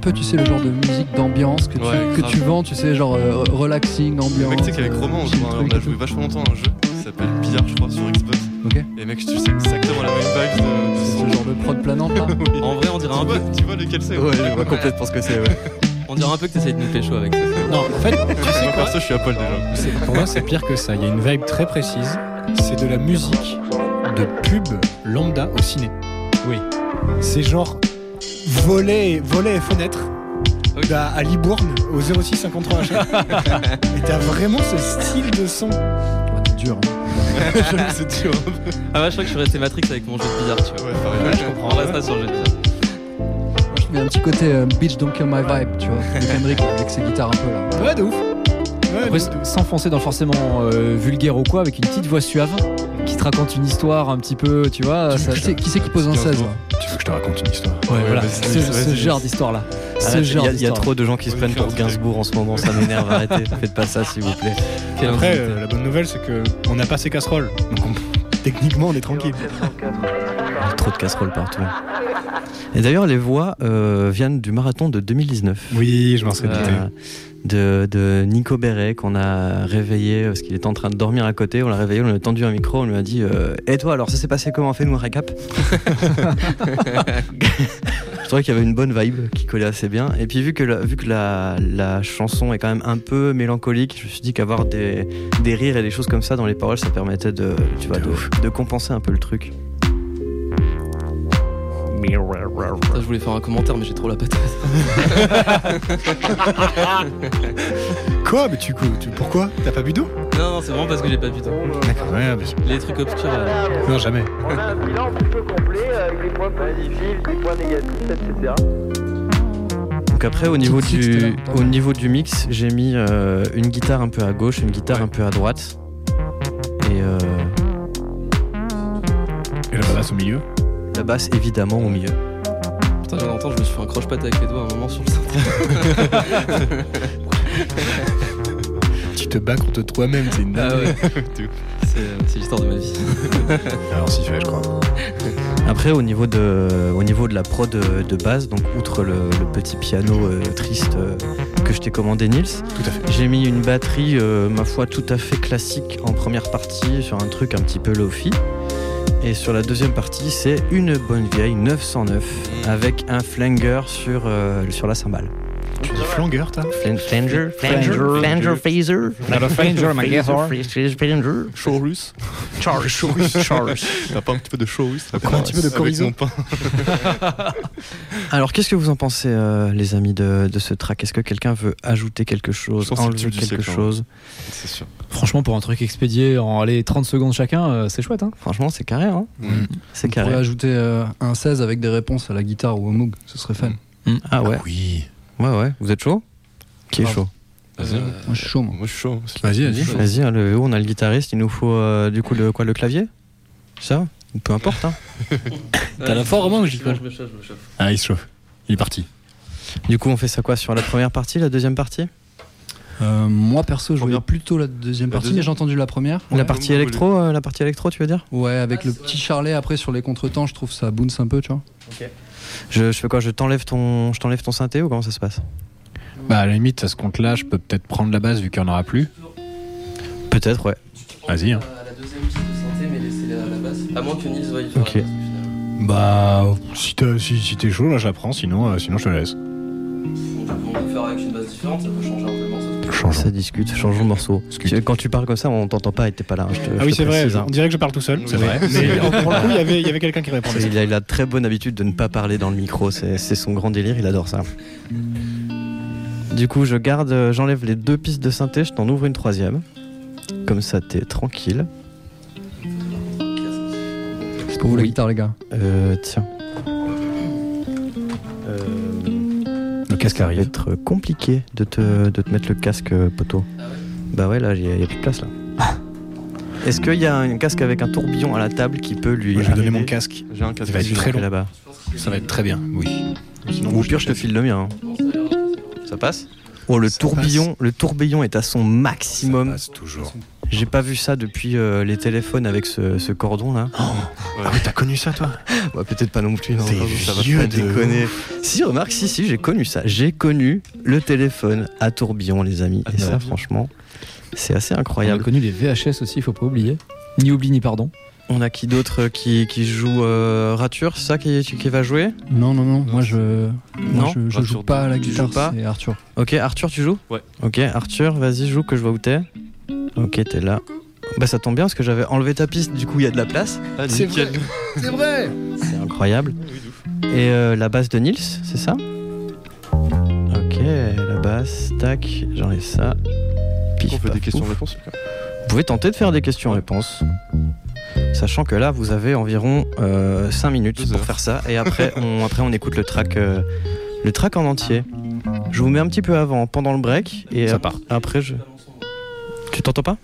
Speaker 6: peu, tu sais, le genre de musique d'ambiance que, tu,
Speaker 7: Ouais,
Speaker 6: que
Speaker 7: grave.
Speaker 6: tu vends, tu sais, genre euh, relaxing, ambiance.
Speaker 7: Mec, tu sais qu'avec
Speaker 6: euh,
Speaker 7: Romain, on,
Speaker 6: chill
Speaker 7: joue- on
Speaker 6: truc
Speaker 7: a
Speaker 6: et
Speaker 7: joué
Speaker 6: tout.
Speaker 7: vachement longtemps à un jeu qui s'appelle Billard, je crois, sur Xbox.
Speaker 6: Ok.
Speaker 7: Et mec, tu sais exactement la même vibe de, de son.
Speaker 6: Ce genre de prod
Speaker 7: *laughs*
Speaker 6: planante, là.
Speaker 12: En vrai, on dirait un
Speaker 7: Tu vois,
Speaker 12: peu.
Speaker 7: tu vois lequel c'est
Speaker 4: Ouais, je vois complètement ce que
Speaker 7: *laughs*
Speaker 4: c'est, ouais.
Speaker 12: On dirait un peu que t'essayes de nous pécho avec ça.
Speaker 5: Non, en fait, tu sais
Speaker 7: Moi,
Speaker 5: quoi
Speaker 7: perso, je suis à poil déjà.
Speaker 5: C'est- Pour moi, c'est pire que ça. Il y a une vibe très précise. C'est de la musique de pub lambda au ciné.
Speaker 10: Oui.
Speaker 5: C'est genre volet, volet et fenêtre. À, à Libourne au 06 53
Speaker 10: *laughs*
Speaker 5: Et t'as vraiment ce style de son.
Speaker 6: Ouais, c'est dur. hein.
Speaker 7: C'est dur.
Speaker 12: Ah ouais, je crois que je suis resté Matrix avec mon jeu de billard, tu vois.
Speaker 7: Ouais, pareil.
Speaker 12: On restera sur le jeu de billard.
Speaker 6: Moi, je trouve qu'il y a un petit côté euh, Bitch Don't Kill My Vibe, tu vois, de Kendrick avec ses guitares un peu là.
Speaker 5: Ouais, de ouf. Ouais,
Speaker 10: Après,
Speaker 5: de ouf.
Speaker 10: s'enfoncer dans le forcément euh, vulgaire ou quoi, avec une petite voix suave qui te raconte une histoire un petit peu, tu vois. Ça,
Speaker 6: Qui c'est qui, c'est qui pose un 16 là
Speaker 5: Tu veux que je te raconte une histoire
Speaker 10: Ouais, voilà.
Speaker 7: vas-y,
Speaker 10: Ce,
Speaker 7: vas-y,
Speaker 10: ce
Speaker 7: vas-y.
Speaker 10: genre d'histoire là.
Speaker 4: Arrête,
Speaker 10: Ce
Speaker 4: Ah, Il y a-
Speaker 10: genre
Speaker 4: il y, a
Speaker 10: d'histoire.
Speaker 4: trop de gens qui se
Speaker 7: Oui,
Speaker 4: prennent
Speaker 7: faire
Speaker 4: pour
Speaker 7: un truc.
Speaker 4: Gainsbourg en ce moment, ça m'énerve, arrêtez. *laughs* Faites pas ça, s'il vous plaît.
Speaker 5: Après, euh, la bonne nouvelle, c'est que on n'a pas ces casseroles. Donc on- techniquement, on est tranquille.
Speaker 4: euh, Trop de casseroles partout. Et d'ailleurs, les voix euh, viennent du marathon de 2019.
Speaker 5: Oui, je m'en serais douté.
Speaker 4: Euh, de, de Nico Béret qu'on a réveillé euh, parce qu'il était en train de dormir à côté. On l'a réveillé, on lui a tendu un micro, on lui a dit euh, Et toi alors, ça s'est passé comment Fais-nous un récap.
Speaker 5: *laughs*
Speaker 4: Je trouvais qu'il y avait une bonne vibe qui collait assez bien. Et puis, vu que la, vu que la, la chanson est quand même un peu mélancolique, je me suis dit qu'avoir des, des rires et des choses comme ça dans les paroles, ça permettait de, tu vois,
Speaker 5: De
Speaker 4: de, de compenser un peu le truc.
Speaker 12: Putain, Je voulais faire un commentaire, mais j'ai trop la patate.
Speaker 5: Quoi Mais tu, tu- pourquoi T'as pas bu d'eau
Speaker 12: Non, non, c'est vraiment parce que j'ai pas vu toi.
Speaker 5: D'accord, ouais, bien sûr.
Speaker 12: Les trucs obscurs. là.
Speaker 5: Non, jamais.
Speaker 9: On
Speaker 12: euh.
Speaker 9: a un bilan plutôt complet euh, avec des points positifs, des points négatifs, etc.
Speaker 4: Donc après, au niveau
Speaker 6: Ah, Tout de suite, c'était
Speaker 4: du,
Speaker 6: là, pas
Speaker 4: au
Speaker 6: mal.
Speaker 4: niveau du mix, j'ai mis euh, une guitare un peu à gauche, une guitare un peu à droite. Et euh,
Speaker 5: Et la basse au milieu
Speaker 4: la basse, évidemment, au milieu.
Speaker 12: Putain, j'en entends, je me suis fait un croche-patte avec les doigts à un moment sur le synthé.
Speaker 5: Tu te bats contre toi-même, c'est une
Speaker 12: Ah
Speaker 5: dinguerie.
Speaker 12: ouais. C'est euh, c'est l'histoire de ma vie.
Speaker 5: Alors, si, ouais, je crois.
Speaker 4: Après, au niveau de, au niveau de la prod de, de base, donc outre le, le petit piano euh, triste euh, que je t'ai commandé, Nils,
Speaker 5: Tout à fait.
Speaker 4: j'ai mis une batterie, euh, ma foi, tout à fait classique en première partie sur un truc un petit peu lofi. Et sur la deuxième partie, c'est une bonne vieille 909
Speaker 6: Mm.
Speaker 4: avec un flanger sur, euh, sur la cymbale.
Speaker 5: Tu dis flangueur, toi
Speaker 4: Flan- Flanger, flanger, flanger, phaser.
Speaker 10: *laughs* Flanger, my guitar.
Speaker 4: Phaser, flanger.
Speaker 7: Show russe.
Speaker 4: Charge, charge, charge.
Speaker 7: T'as pas un petit peu de show russe là,
Speaker 5: Encore un petit peu de
Speaker 7: avec
Speaker 5: chorizo.
Speaker 7: mon pain.
Speaker 4: Alors, qu'est-ce que vous en pensez, euh, les amis, de, de ce track Est-ce que quelqu'un veut ajouter quelque
Speaker 7: Je
Speaker 4: chose,
Speaker 7: pense que c'est le
Speaker 4: enlever
Speaker 7: tube du
Speaker 4: quelque
Speaker 7: siècle, hein.
Speaker 4: chose
Speaker 7: C'est sûr.
Speaker 10: *laughs* Franchement, pour un truc expédié en allez, 30 secondes chacun, euh, c'est chouette. Hein
Speaker 4: Franchement, c'est carré, hein
Speaker 7: Mm.
Speaker 4: C'est
Speaker 6: On pourrait
Speaker 4: carré.
Speaker 6: ajouter euh, un 16 avec des réponses à la guitare ou au Moog, ce serait fun.
Speaker 4: Ah ouais
Speaker 5: Oui.
Speaker 4: Ouais, ouais. Vous êtes chaud Qui est chaud
Speaker 7: Vas-y.
Speaker 6: Moi je suis chaud, moi.
Speaker 7: Euh, Moi, je suis chaud. aussi.
Speaker 5: Vas-y, vas-y.
Speaker 12: Ouais.
Speaker 4: Vas-y, hein, le haut, on a le guitariste, il nous faut euh, du coup le, quoi, le clavier Ça Ou Peu importe, hein.
Speaker 5: T'as la forme, hein, ou j'y
Speaker 12: Je me
Speaker 5: colle
Speaker 12: chauffe, je me chauffe.
Speaker 5: Ah, il se chauffe. Il est parti.
Speaker 4: Du coup, on fait ça quoi Sur la première partie, la deuxième partie
Speaker 6: Euh, moi perso, je
Speaker 7: Première-
Speaker 6: voulais plutôt la deuxième
Speaker 7: La
Speaker 6: partie,
Speaker 7: deuxième
Speaker 6: mais j'ai entendu la première.
Speaker 4: La
Speaker 7: Ouais,
Speaker 4: partie
Speaker 7: comme vous
Speaker 4: électro, euh, la partie électro, tu veux dire
Speaker 6: Ouais,
Speaker 10: Ah,
Speaker 6: avec le petit charlet après sur les contretemps, je trouve ça bounce un peu, tu vois.
Speaker 4: je, je fais quoi Je t'enlève ton, je t'enlève ton synthé ou comment ça se passe
Speaker 5: Bah, à la limite, à ce compte-là, je peux peut-être prendre la base vu qu'il n'y en aura plus.
Speaker 4: Peut-être, ouais.
Speaker 5: Vas-y, hein.
Speaker 12: À euh, la deuxième piste de synthé, mais laissez-la à la basse. À moins que Nils veuille faire
Speaker 4: Ok.
Speaker 12: la basse, au final.
Speaker 5: Bah, si t'es si, si t'es chaud, là, je la prends. Sinon, euh, sinon je te laisse.
Speaker 12: On peut- on peut faire avec une base différente, ça peut changer un peu le morceau.
Speaker 5: Changeons.
Speaker 4: Ça discute, changeons de morceau.
Speaker 5: Discute.
Speaker 4: Tu- Quand tu parles comme ça, on t'entend pas et t'es pas là. hein, je te-
Speaker 5: Ah
Speaker 4: je
Speaker 5: oui,
Speaker 4: te
Speaker 5: c'est vrai.
Speaker 4: précise, hein.
Speaker 5: On dirait que je parle tout seul. C'est
Speaker 7: Oui.
Speaker 5: vrai. Mais en- pour le coup, il y avait, il y avait quelqu'un qui
Speaker 4: C'est-
Speaker 5: répondait.
Speaker 4: Il a la très bonne habitude de ne pas parler dans le micro, c'est c'est son grand délire, il adore ça. Du coup, je garde, euh, j'enlève les deux pistes de synthé, je t'en ouvre une troisième. Comme ça, t'es tranquille.
Speaker 6: C'est pour vous la
Speaker 4: Oui.
Speaker 6: guitare, les gars.
Speaker 4: Euh, tiens. Euh,
Speaker 5: Le casque
Speaker 4: ça va
Speaker 5: arrive.
Speaker 4: être compliqué de te, de te mettre le casque, euh, poteau. Bah ouais, là, il n'y a, plus de place là. Est-ce qu'il y a un casque avec un tourbillon à la table qui peut lui.
Speaker 5: Je vais donner mon
Speaker 4: arriver
Speaker 5: casque.
Speaker 7: J'ai un casque.
Speaker 5: Il va être
Speaker 4: jusque
Speaker 5: très long.
Speaker 4: là-bas
Speaker 5: Ça va être très bien. Oui.
Speaker 7: Sinon,
Speaker 4: Ou au pire, je te file le mien. hein. Ça passe Oh, le
Speaker 5: Ça
Speaker 4: tourbillon, le tourbillon est à son maximum.
Speaker 5: toujours.
Speaker 4: J'ai pas vu ça depuis euh, les téléphones avec ce, ce cordon là.
Speaker 5: Ah oui, t'as connu ça toi
Speaker 4: Bah, Peut-être pas non plus, non,
Speaker 5: T'es
Speaker 4: non, ça va
Speaker 5: vieux
Speaker 4: pas
Speaker 5: de
Speaker 4: déconner. Si, remarque, si, si, j'ai connu ça. J'ai connu le téléphone à tourbillon, les amis. Et ça,
Speaker 10: tourbillon.
Speaker 4: franchement, c'est assez
Speaker 10: On a
Speaker 4: incroyable.
Speaker 10: connu les VHS aussi, il faut pas oublier. Ni oubli ni pardon.
Speaker 4: On a qui d'autre euh, qui, qui joue euh, Rature, c'est ça qui, qui va jouer
Speaker 6: Non, non, non, moi je, moi,
Speaker 4: Non,
Speaker 6: je, je joue pas à la guitare,
Speaker 4: joues pas
Speaker 6: c'est Arthur.
Speaker 4: Ok, Arthur, tu joues
Speaker 12: Ouais.
Speaker 4: Ok, Arthur, vas-y, joue que je vois où t'es. Ok, t'es là. Bah, ça tombe bien parce que j'avais enlevé ta piste, du coup, il y a de la place.
Speaker 12: Ah,
Speaker 5: C'est
Speaker 12: nickel.
Speaker 5: C'est vrai
Speaker 4: C'est incroyable. Et euh, la basse de Nils, c'est ça Ok, la basse, tac, j'enlève ça. Pif,
Speaker 7: On fait
Speaker 4: paf,
Speaker 7: des
Speaker 4: pouf.
Speaker 7: questions-réponses. les gars.
Speaker 4: Vous pouvez tenter de faire des questions-réponses. Sachant que là, vous avez environ 5 minutes
Speaker 7: Deux
Speaker 4: pour
Speaker 7: heures.
Speaker 4: faire ça.
Speaker 7: *laughs*
Speaker 4: Et après, on, après, on écoute le track, euh, le track en entier. Je vous mets un petit peu avant, pendant le break. Et
Speaker 5: Ça
Speaker 4: ap-
Speaker 5: part.
Speaker 4: après, je. Tu t'entends pas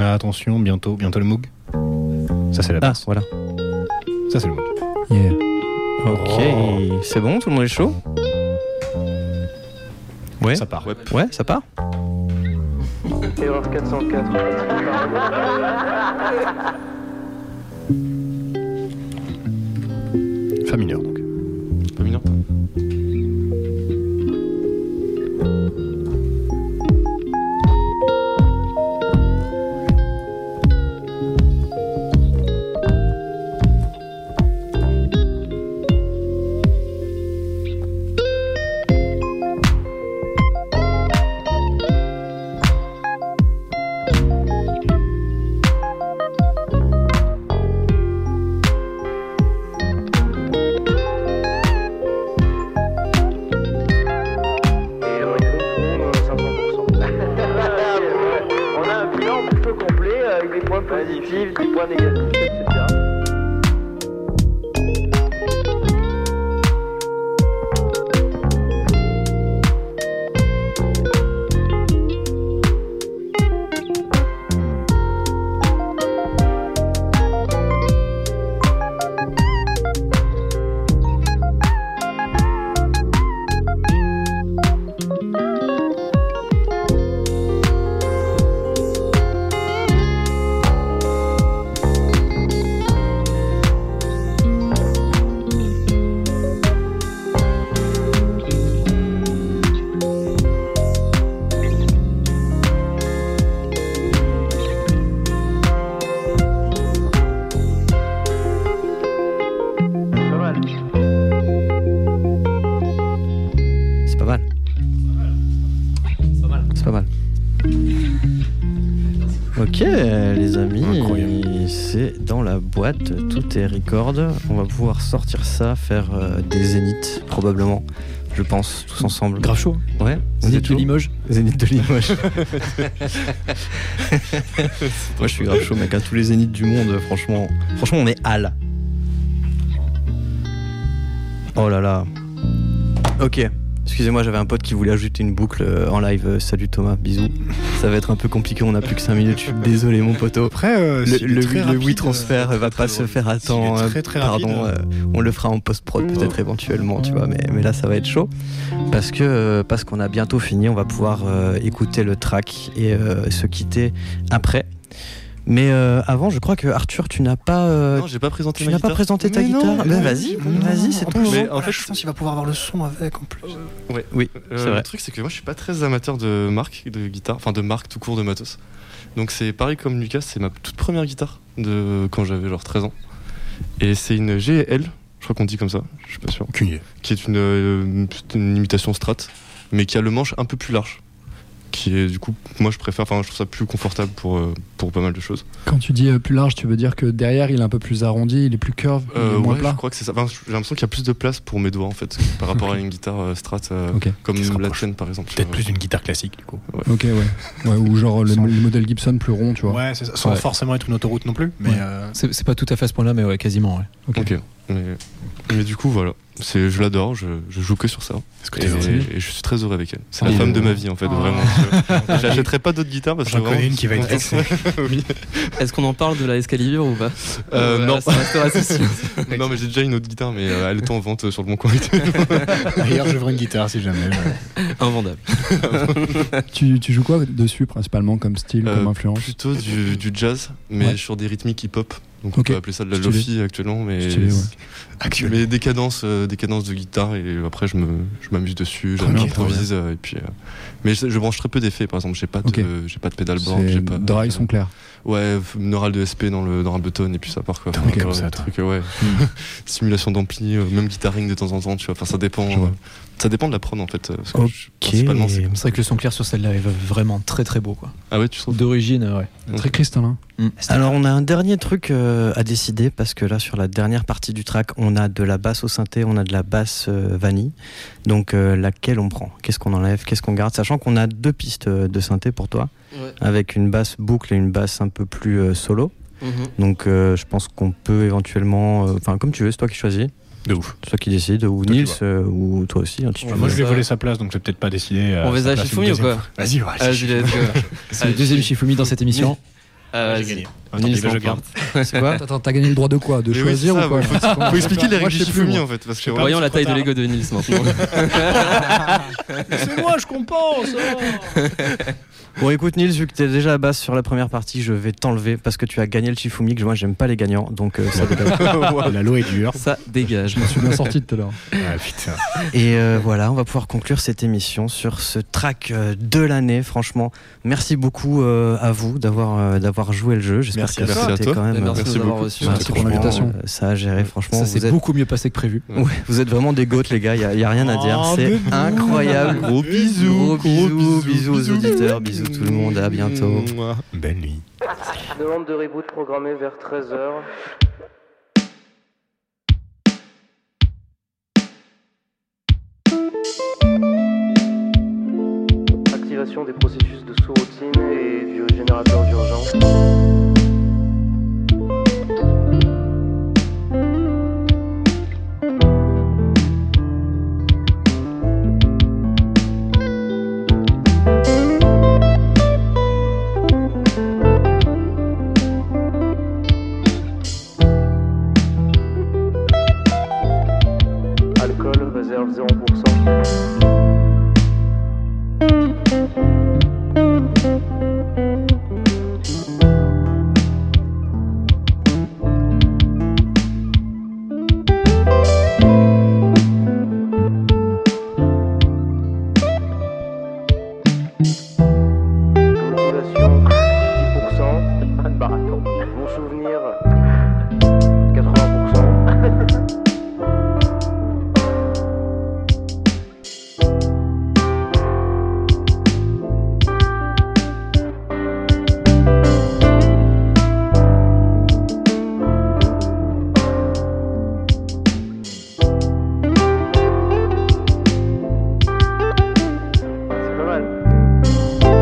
Speaker 5: Ah, Attention, bientôt, bientôt le Moog. Ça c'est la
Speaker 4: Ah,
Speaker 5: basse.
Speaker 4: voilà.
Speaker 5: Ça c'est le Moog.
Speaker 6: Yeah.
Speaker 4: Ok, c'est bon, tout le monde est chaud Ouais.
Speaker 5: Ça part.
Speaker 7: Ouais.
Speaker 4: Ouais, ça part
Speaker 9: Erreur 404.
Speaker 5: Fa mineur donc.
Speaker 7: Pas mignon.
Speaker 9: Et on est au fond, euh, 500%. On a un bilan plutôt complet euh, avec des points positifs, des points négatifs, etc. Pas mal.
Speaker 4: C'est pas mal. C'est pas mal. Ok, les amis, c'est dans la boîte, tout est record. On va pouvoir sortir ça, faire euh, des zéniths, probablement, je pense, tous ensemble.
Speaker 10: Grave chaud. hein.
Speaker 4: Ouais, vous êtes
Speaker 10: Zénith de
Speaker 4: chaud
Speaker 10: Limoges.
Speaker 4: Zénith de Limoges. Moi, je suis grave chaud, mec. À tous les zéniths du monde, franchement, franchement, on est hal. Oh là là. Ok. Excusez-moi, j'avais un pote qui voulait ajouter une boucle euh, en live. Euh, Salut Thomas, bisous. Ça va être un peu compliqué, on a plus que 5 minutes. Je suis désolé, mon poteau.
Speaker 5: Après, euh,
Speaker 4: Le,
Speaker 5: s'il est
Speaker 4: le-
Speaker 5: très
Speaker 4: le
Speaker 5: rapide,
Speaker 4: oui transfert
Speaker 5: euh,
Speaker 4: va
Speaker 5: très,
Speaker 4: pas
Speaker 5: très
Speaker 4: se
Speaker 5: drôle.
Speaker 4: faire à
Speaker 5: S'il est
Speaker 4: temps. euh,
Speaker 5: très, très rapide, Mm.
Speaker 4: Pardon, euh, on le fera en post-prod peut-être éventuellement, tu vois, mais, mais là ça va être chaud. Parce que euh, parce qu'on a bientôt fini, on va pouvoir euh, écouter le track et euh, se quitter après. Mais euh, avant, je crois que Arthur, tu n'as pas, euh,
Speaker 7: Non, j'ai pas présenté
Speaker 4: tu
Speaker 7: ma
Speaker 4: n'as pas
Speaker 7: guitare.
Speaker 4: présenté ta
Speaker 5: Mais non,
Speaker 4: guitare.
Speaker 5: mais
Speaker 4: Bah,
Speaker 5: non,
Speaker 4: vas-y,
Speaker 5: non, non,
Speaker 4: vas-y, c'est
Speaker 5: en
Speaker 4: ton
Speaker 5: plus,
Speaker 4: moment.
Speaker 7: Mais en fait,
Speaker 5: je pense qu'il va pouvoir avoir le son avec en plus.
Speaker 4: Oui,
Speaker 7: Euh,
Speaker 4: c'est vrai.
Speaker 7: Le truc, c'est que moi, je suis pas très amateur de marque de guitare, enfin de marque tout court de matos. Donc c'est pareil comme Lucas, c'est ma toute première guitare de quand j'avais genre 13 ans. Et c'est une GL, je crois qu'on dit comme ça, je suis pas sûr,
Speaker 5: Aucune idée.
Speaker 7: qui est une, euh, une imitation Strat, mais qui a le manche un peu plus large. Qui est du coup, moi je préfère, enfin je trouve ça plus confortable pour, euh, pour pas mal de choses.
Speaker 6: *laughs* Quand tu dis euh, plus large, tu veux dire que derrière il est un peu plus arrondi, il est plus curve, il est
Speaker 7: Euh,
Speaker 6: moins
Speaker 7: ouais,
Speaker 6: plat.
Speaker 7: je crois que c'est ça. Enfin, j'ai l'impression qu'il y a plus de place pour mes doigts en fait, *laughs* par rapport à une guitare euh, Strat, euh,
Speaker 6: Ok.
Speaker 7: comme
Speaker 5: Qui se
Speaker 7: la
Speaker 5: rapproche.
Speaker 7: tienne par exemple.
Speaker 5: Peut-être
Speaker 7: Euh,
Speaker 5: plus une guitare classique du coup.
Speaker 6: Ok, ouais. ouais ou genre le,
Speaker 5: Sans-
Speaker 6: le modèle Gibson plus rond, tu vois.
Speaker 5: Ouais, c'est ça. Sans
Speaker 10: Ouais.
Speaker 5: forcément être une autoroute non plus. Mais
Speaker 10: Ouais.
Speaker 5: euh,
Speaker 10: C'est c'est pas tout à fait à ce point-là, mais ouais, quasiment. ouais.
Speaker 7: Ok. Mais, mais du coup, voilà. C'est, je l'adore, je, je joue que sur ça.
Speaker 5: que
Speaker 7: et,
Speaker 5: t'es gentil
Speaker 7: et je suis très heureux avec elle. C'est
Speaker 5: Ah,
Speaker 7: la
Speaker 5: il
Speaker 7: femme
Speaker 5: est
Speaker 7: de ma
Speaker 5: beau.
Speaker 7: vie, en fait,
Speaker 5: Ah.
Speaker 6: *laughs*
Speaker 7: vraiment. Je- Je n'achèterai pas d'autres guitares parce que.
Speaker 5: J'en connais
Speaker 7: vraiment-
Speaker 5: une qui va être vexée.
Speaker 7: *laughs* Oui.
Speaker 12: Est-ce qu'on en parle de la Escalibur ou pas
Speaker 7: Euh,
Speaker 12: Voilà,
Speaker 7: non.
Speaker 12: ça restera
Speaker 10: *laughs*
Speaker 12: ceci.
Speaker 7: non, mais j'ai déjà une autre guitare, mais euh, elle est en vente euh, sur le
Speaker 6: *laughs*
Speaker 7: bon coin. et tout.
Speaker 5: D'ailleurs, je une guitare si jamais. euh,
Speaker 12: Invendable.
Speaker 6: tu, tu joues quoi dessus principalement comme style,
Speaker 7: Euh,
Speaker 6: comme influence
Speaker 7: Plutôt du, du jazz, mais
Speaker 6: Ouais.
Speaker 7: sur des rythmiques hip-hop. Donc
Speaker 6: Ok.
Speaker 7: on peut appeler ça de la
Speaker 6: Stylé.
Speaker 7: lofi actuellement, mais,
Speaker 6: Stylé, ouais.
Speaker 5: Actuellement.
Speaker 7: mais des cadences, euh, des cadences de guitare et après je me, je m'amuse dessus,
Speaker 5: Ok,
Speaker 7: j'improvise euh, et puis. euh, mais je, je branche très peu d'effets, par exemple, j'ai pas de,
Speaker 6: Ok.
Speaker 7: j'ai pas de pédalboard,
Speaker 6: C'est
Speaker 7: j'ai pas.
Speaker 6: Dry, sont clairs.
Speaker 7: Ouais, f- neural de SP dans le, dans le button et puis ça part quoi.
Speaker 5: T'en es comme
Speaker 7: euh,
Speaker 5: ça, toi. Hmm.
Speaker 7: truc, euh, ouais. *laughs* Simulation d'ampli, euh, même guitaring de temps en temps, tu vois. Enfin, ça dépend,
Speaker 5: Je vois.
Speaker 7: euh, ça dépend de la prod en fait. euh, parce que je-
Speaker 4: C'est
Speaker 7: principalement, c'est-
Speaker 10: C'est vrai que le son clair sur celle-là est vraiment très très beau. quoi.
Speaker 7: Ah ouais, tu trouves
Speaker 10: D'origine, ouais.
Speaker 6: Très cristallin.
Speaker 4: Alors on a un dernier truc euh, à décider parce que là sur la dernière partie du track on a de la basse au synthé, on a de la basse euh, vanille. Donc euh, laquelle on prend Qu'est-ce qu'on enlève Qu'est-ce qu'on garde Sachant qu'on a deux pistes euh, de synthé pour toi avec une basse boucle et une basse un peu plus euh, solo.
Speaker 12: Mhm.
Speaker 10: Ah,
Speaker 4: Donc euh, je pense qu'on peut éventuellement, euh, enfin comme tu veux, c'est toi qui choisis,
Speaker 5: De ouf.
Speaker 4: c'est toi qui décides ou
Speaker 5: Toi qui
Speaker 4: Nils
Speaker 5: vois.
Speaker 4: euh, ou toi aussi. hein, si tu
Speaker 12: Ouais,
Speaker 4: veux.
Speaker 5: Ah, moi, je lui ai
Speaker 12: Ça-
Speaker 5: volé sa place, donc j'ai peut-être pas décidé. euh,
Speaker 12: On va
Speaker 5: sa
Speaker 12: à
Speaker 5: place une
Speaker 12: Shifumi ou
Speaker 5: deuxième
Speaker 12: quoi
Speaker 5: fois. Vas-y, ouais,
Speaker 12: Ah,
Speaker 5: Shifumi.
Speaker 12: je l'ai-
Speaker 10: *laughs* C'est le deuxième Shifumi dans cette émission.
Speaker 12: Ah,
Speaker 5: J'ai
Speaker 12: vas-y.
Speaker 5: gagné. Attends,
Speaker 12: Nils
Speaker 5: je le
Speaker 12: l'emporte.
Speaker 5: garde.
Speaker 4: C'est quoi
Speaker 6: Attends, t'as gagné le droit de quoi De
Speaker 7: Mais oui,
Speaker 6: choisir
Speaker 7: c'est ça,
Speaker 6: ou quoi
Speaker 7: faut-
Speaker 6: *laughs*
Speaker 7: Faut expliquer les règles du Shifumi en fait, parce que
Speaker 12: Voyons la taille de l'ego de Nils maintenant.
Speaker 10: C'est moi, je compense
Speaker 4: Bon écoute Nils, vu que t'es déjà à basse sur la première partie, je vais t'enlever parce que tu as gagné le Shifumi, que moi j'aime pas les gagnants, donc euh, ça dégomme.
Speaker 5: *laughs* La loi est dure.
Speaker 12: Ça dégage.
Speaker 6: Je suis bien sorti tout à l'heure.
Speaker 5: Ah putain.
Speaker 4: Et euh, voilà, on va pouvoir conclure cette émission sur ce track euh, de l'année. Franchement, merci beaucoup euh, à vous d'avoir euh, d'avoir joué le jeu. J'espère
Speaker 5: Merci
Speaker 4: que
Speaker 5: à toi.
Speaker 4: c'était
Speaker 7: Merci à toi.
Speaker 4: quand même.
Speaker 12: Merci
Speaker 4: euh,
Speaker 12: de nous
Speaker 7: beaucoup.
Speaker 12: avoir reçus.
Speaker 4: bah,
Speaker 6: Merci pour
Speaker 4: franchement,
Speaker 6: l'invitation.
Speaker 4: euh, Ça a géré, franchement.
Speaker 10: Ça
Speaker 4: vous,
Speaker 10: s'est
Speaker 4: êtes,
Speaker 10: beaucoup mieux passé que prévu.
Speaker 7: beaucoup.
Speaker 4: *laughs* Ouais, vous êtes vraiment des goats, les gars. Il n'y a, rien à dire.
Speaker 5: Oh,
Speaker 4: C'est
Speaker 5: bébou.
Speaker 4: incroyable.
Speaker 7: Gros bisous,
Speaker 4: Gros
Speaker 7: gros
Speaker 4: bisous,
Speaker 7: bisous,
Speaker 4: bisous aux
Speaker 7: bisous.
Speaker 4: auditeurs, bisous tout le monde. À bientôt.
Speaker 7: Mouah.
Speaker 5: Belle nuit.
Speaker 9: Demande de reboot programmée vers 13h. Activation des processus de sous-routine et du générateur d'urgence. Alcool, réserve 0%. Motivation 10%. Mon souvenir 80%. C'est pas mal.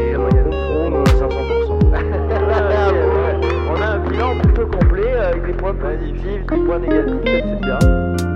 Speaker 9: Et on a 500%. *laughs* euh, On a un bilan plutôt complet avec des points positifs, des points négatifs, etc.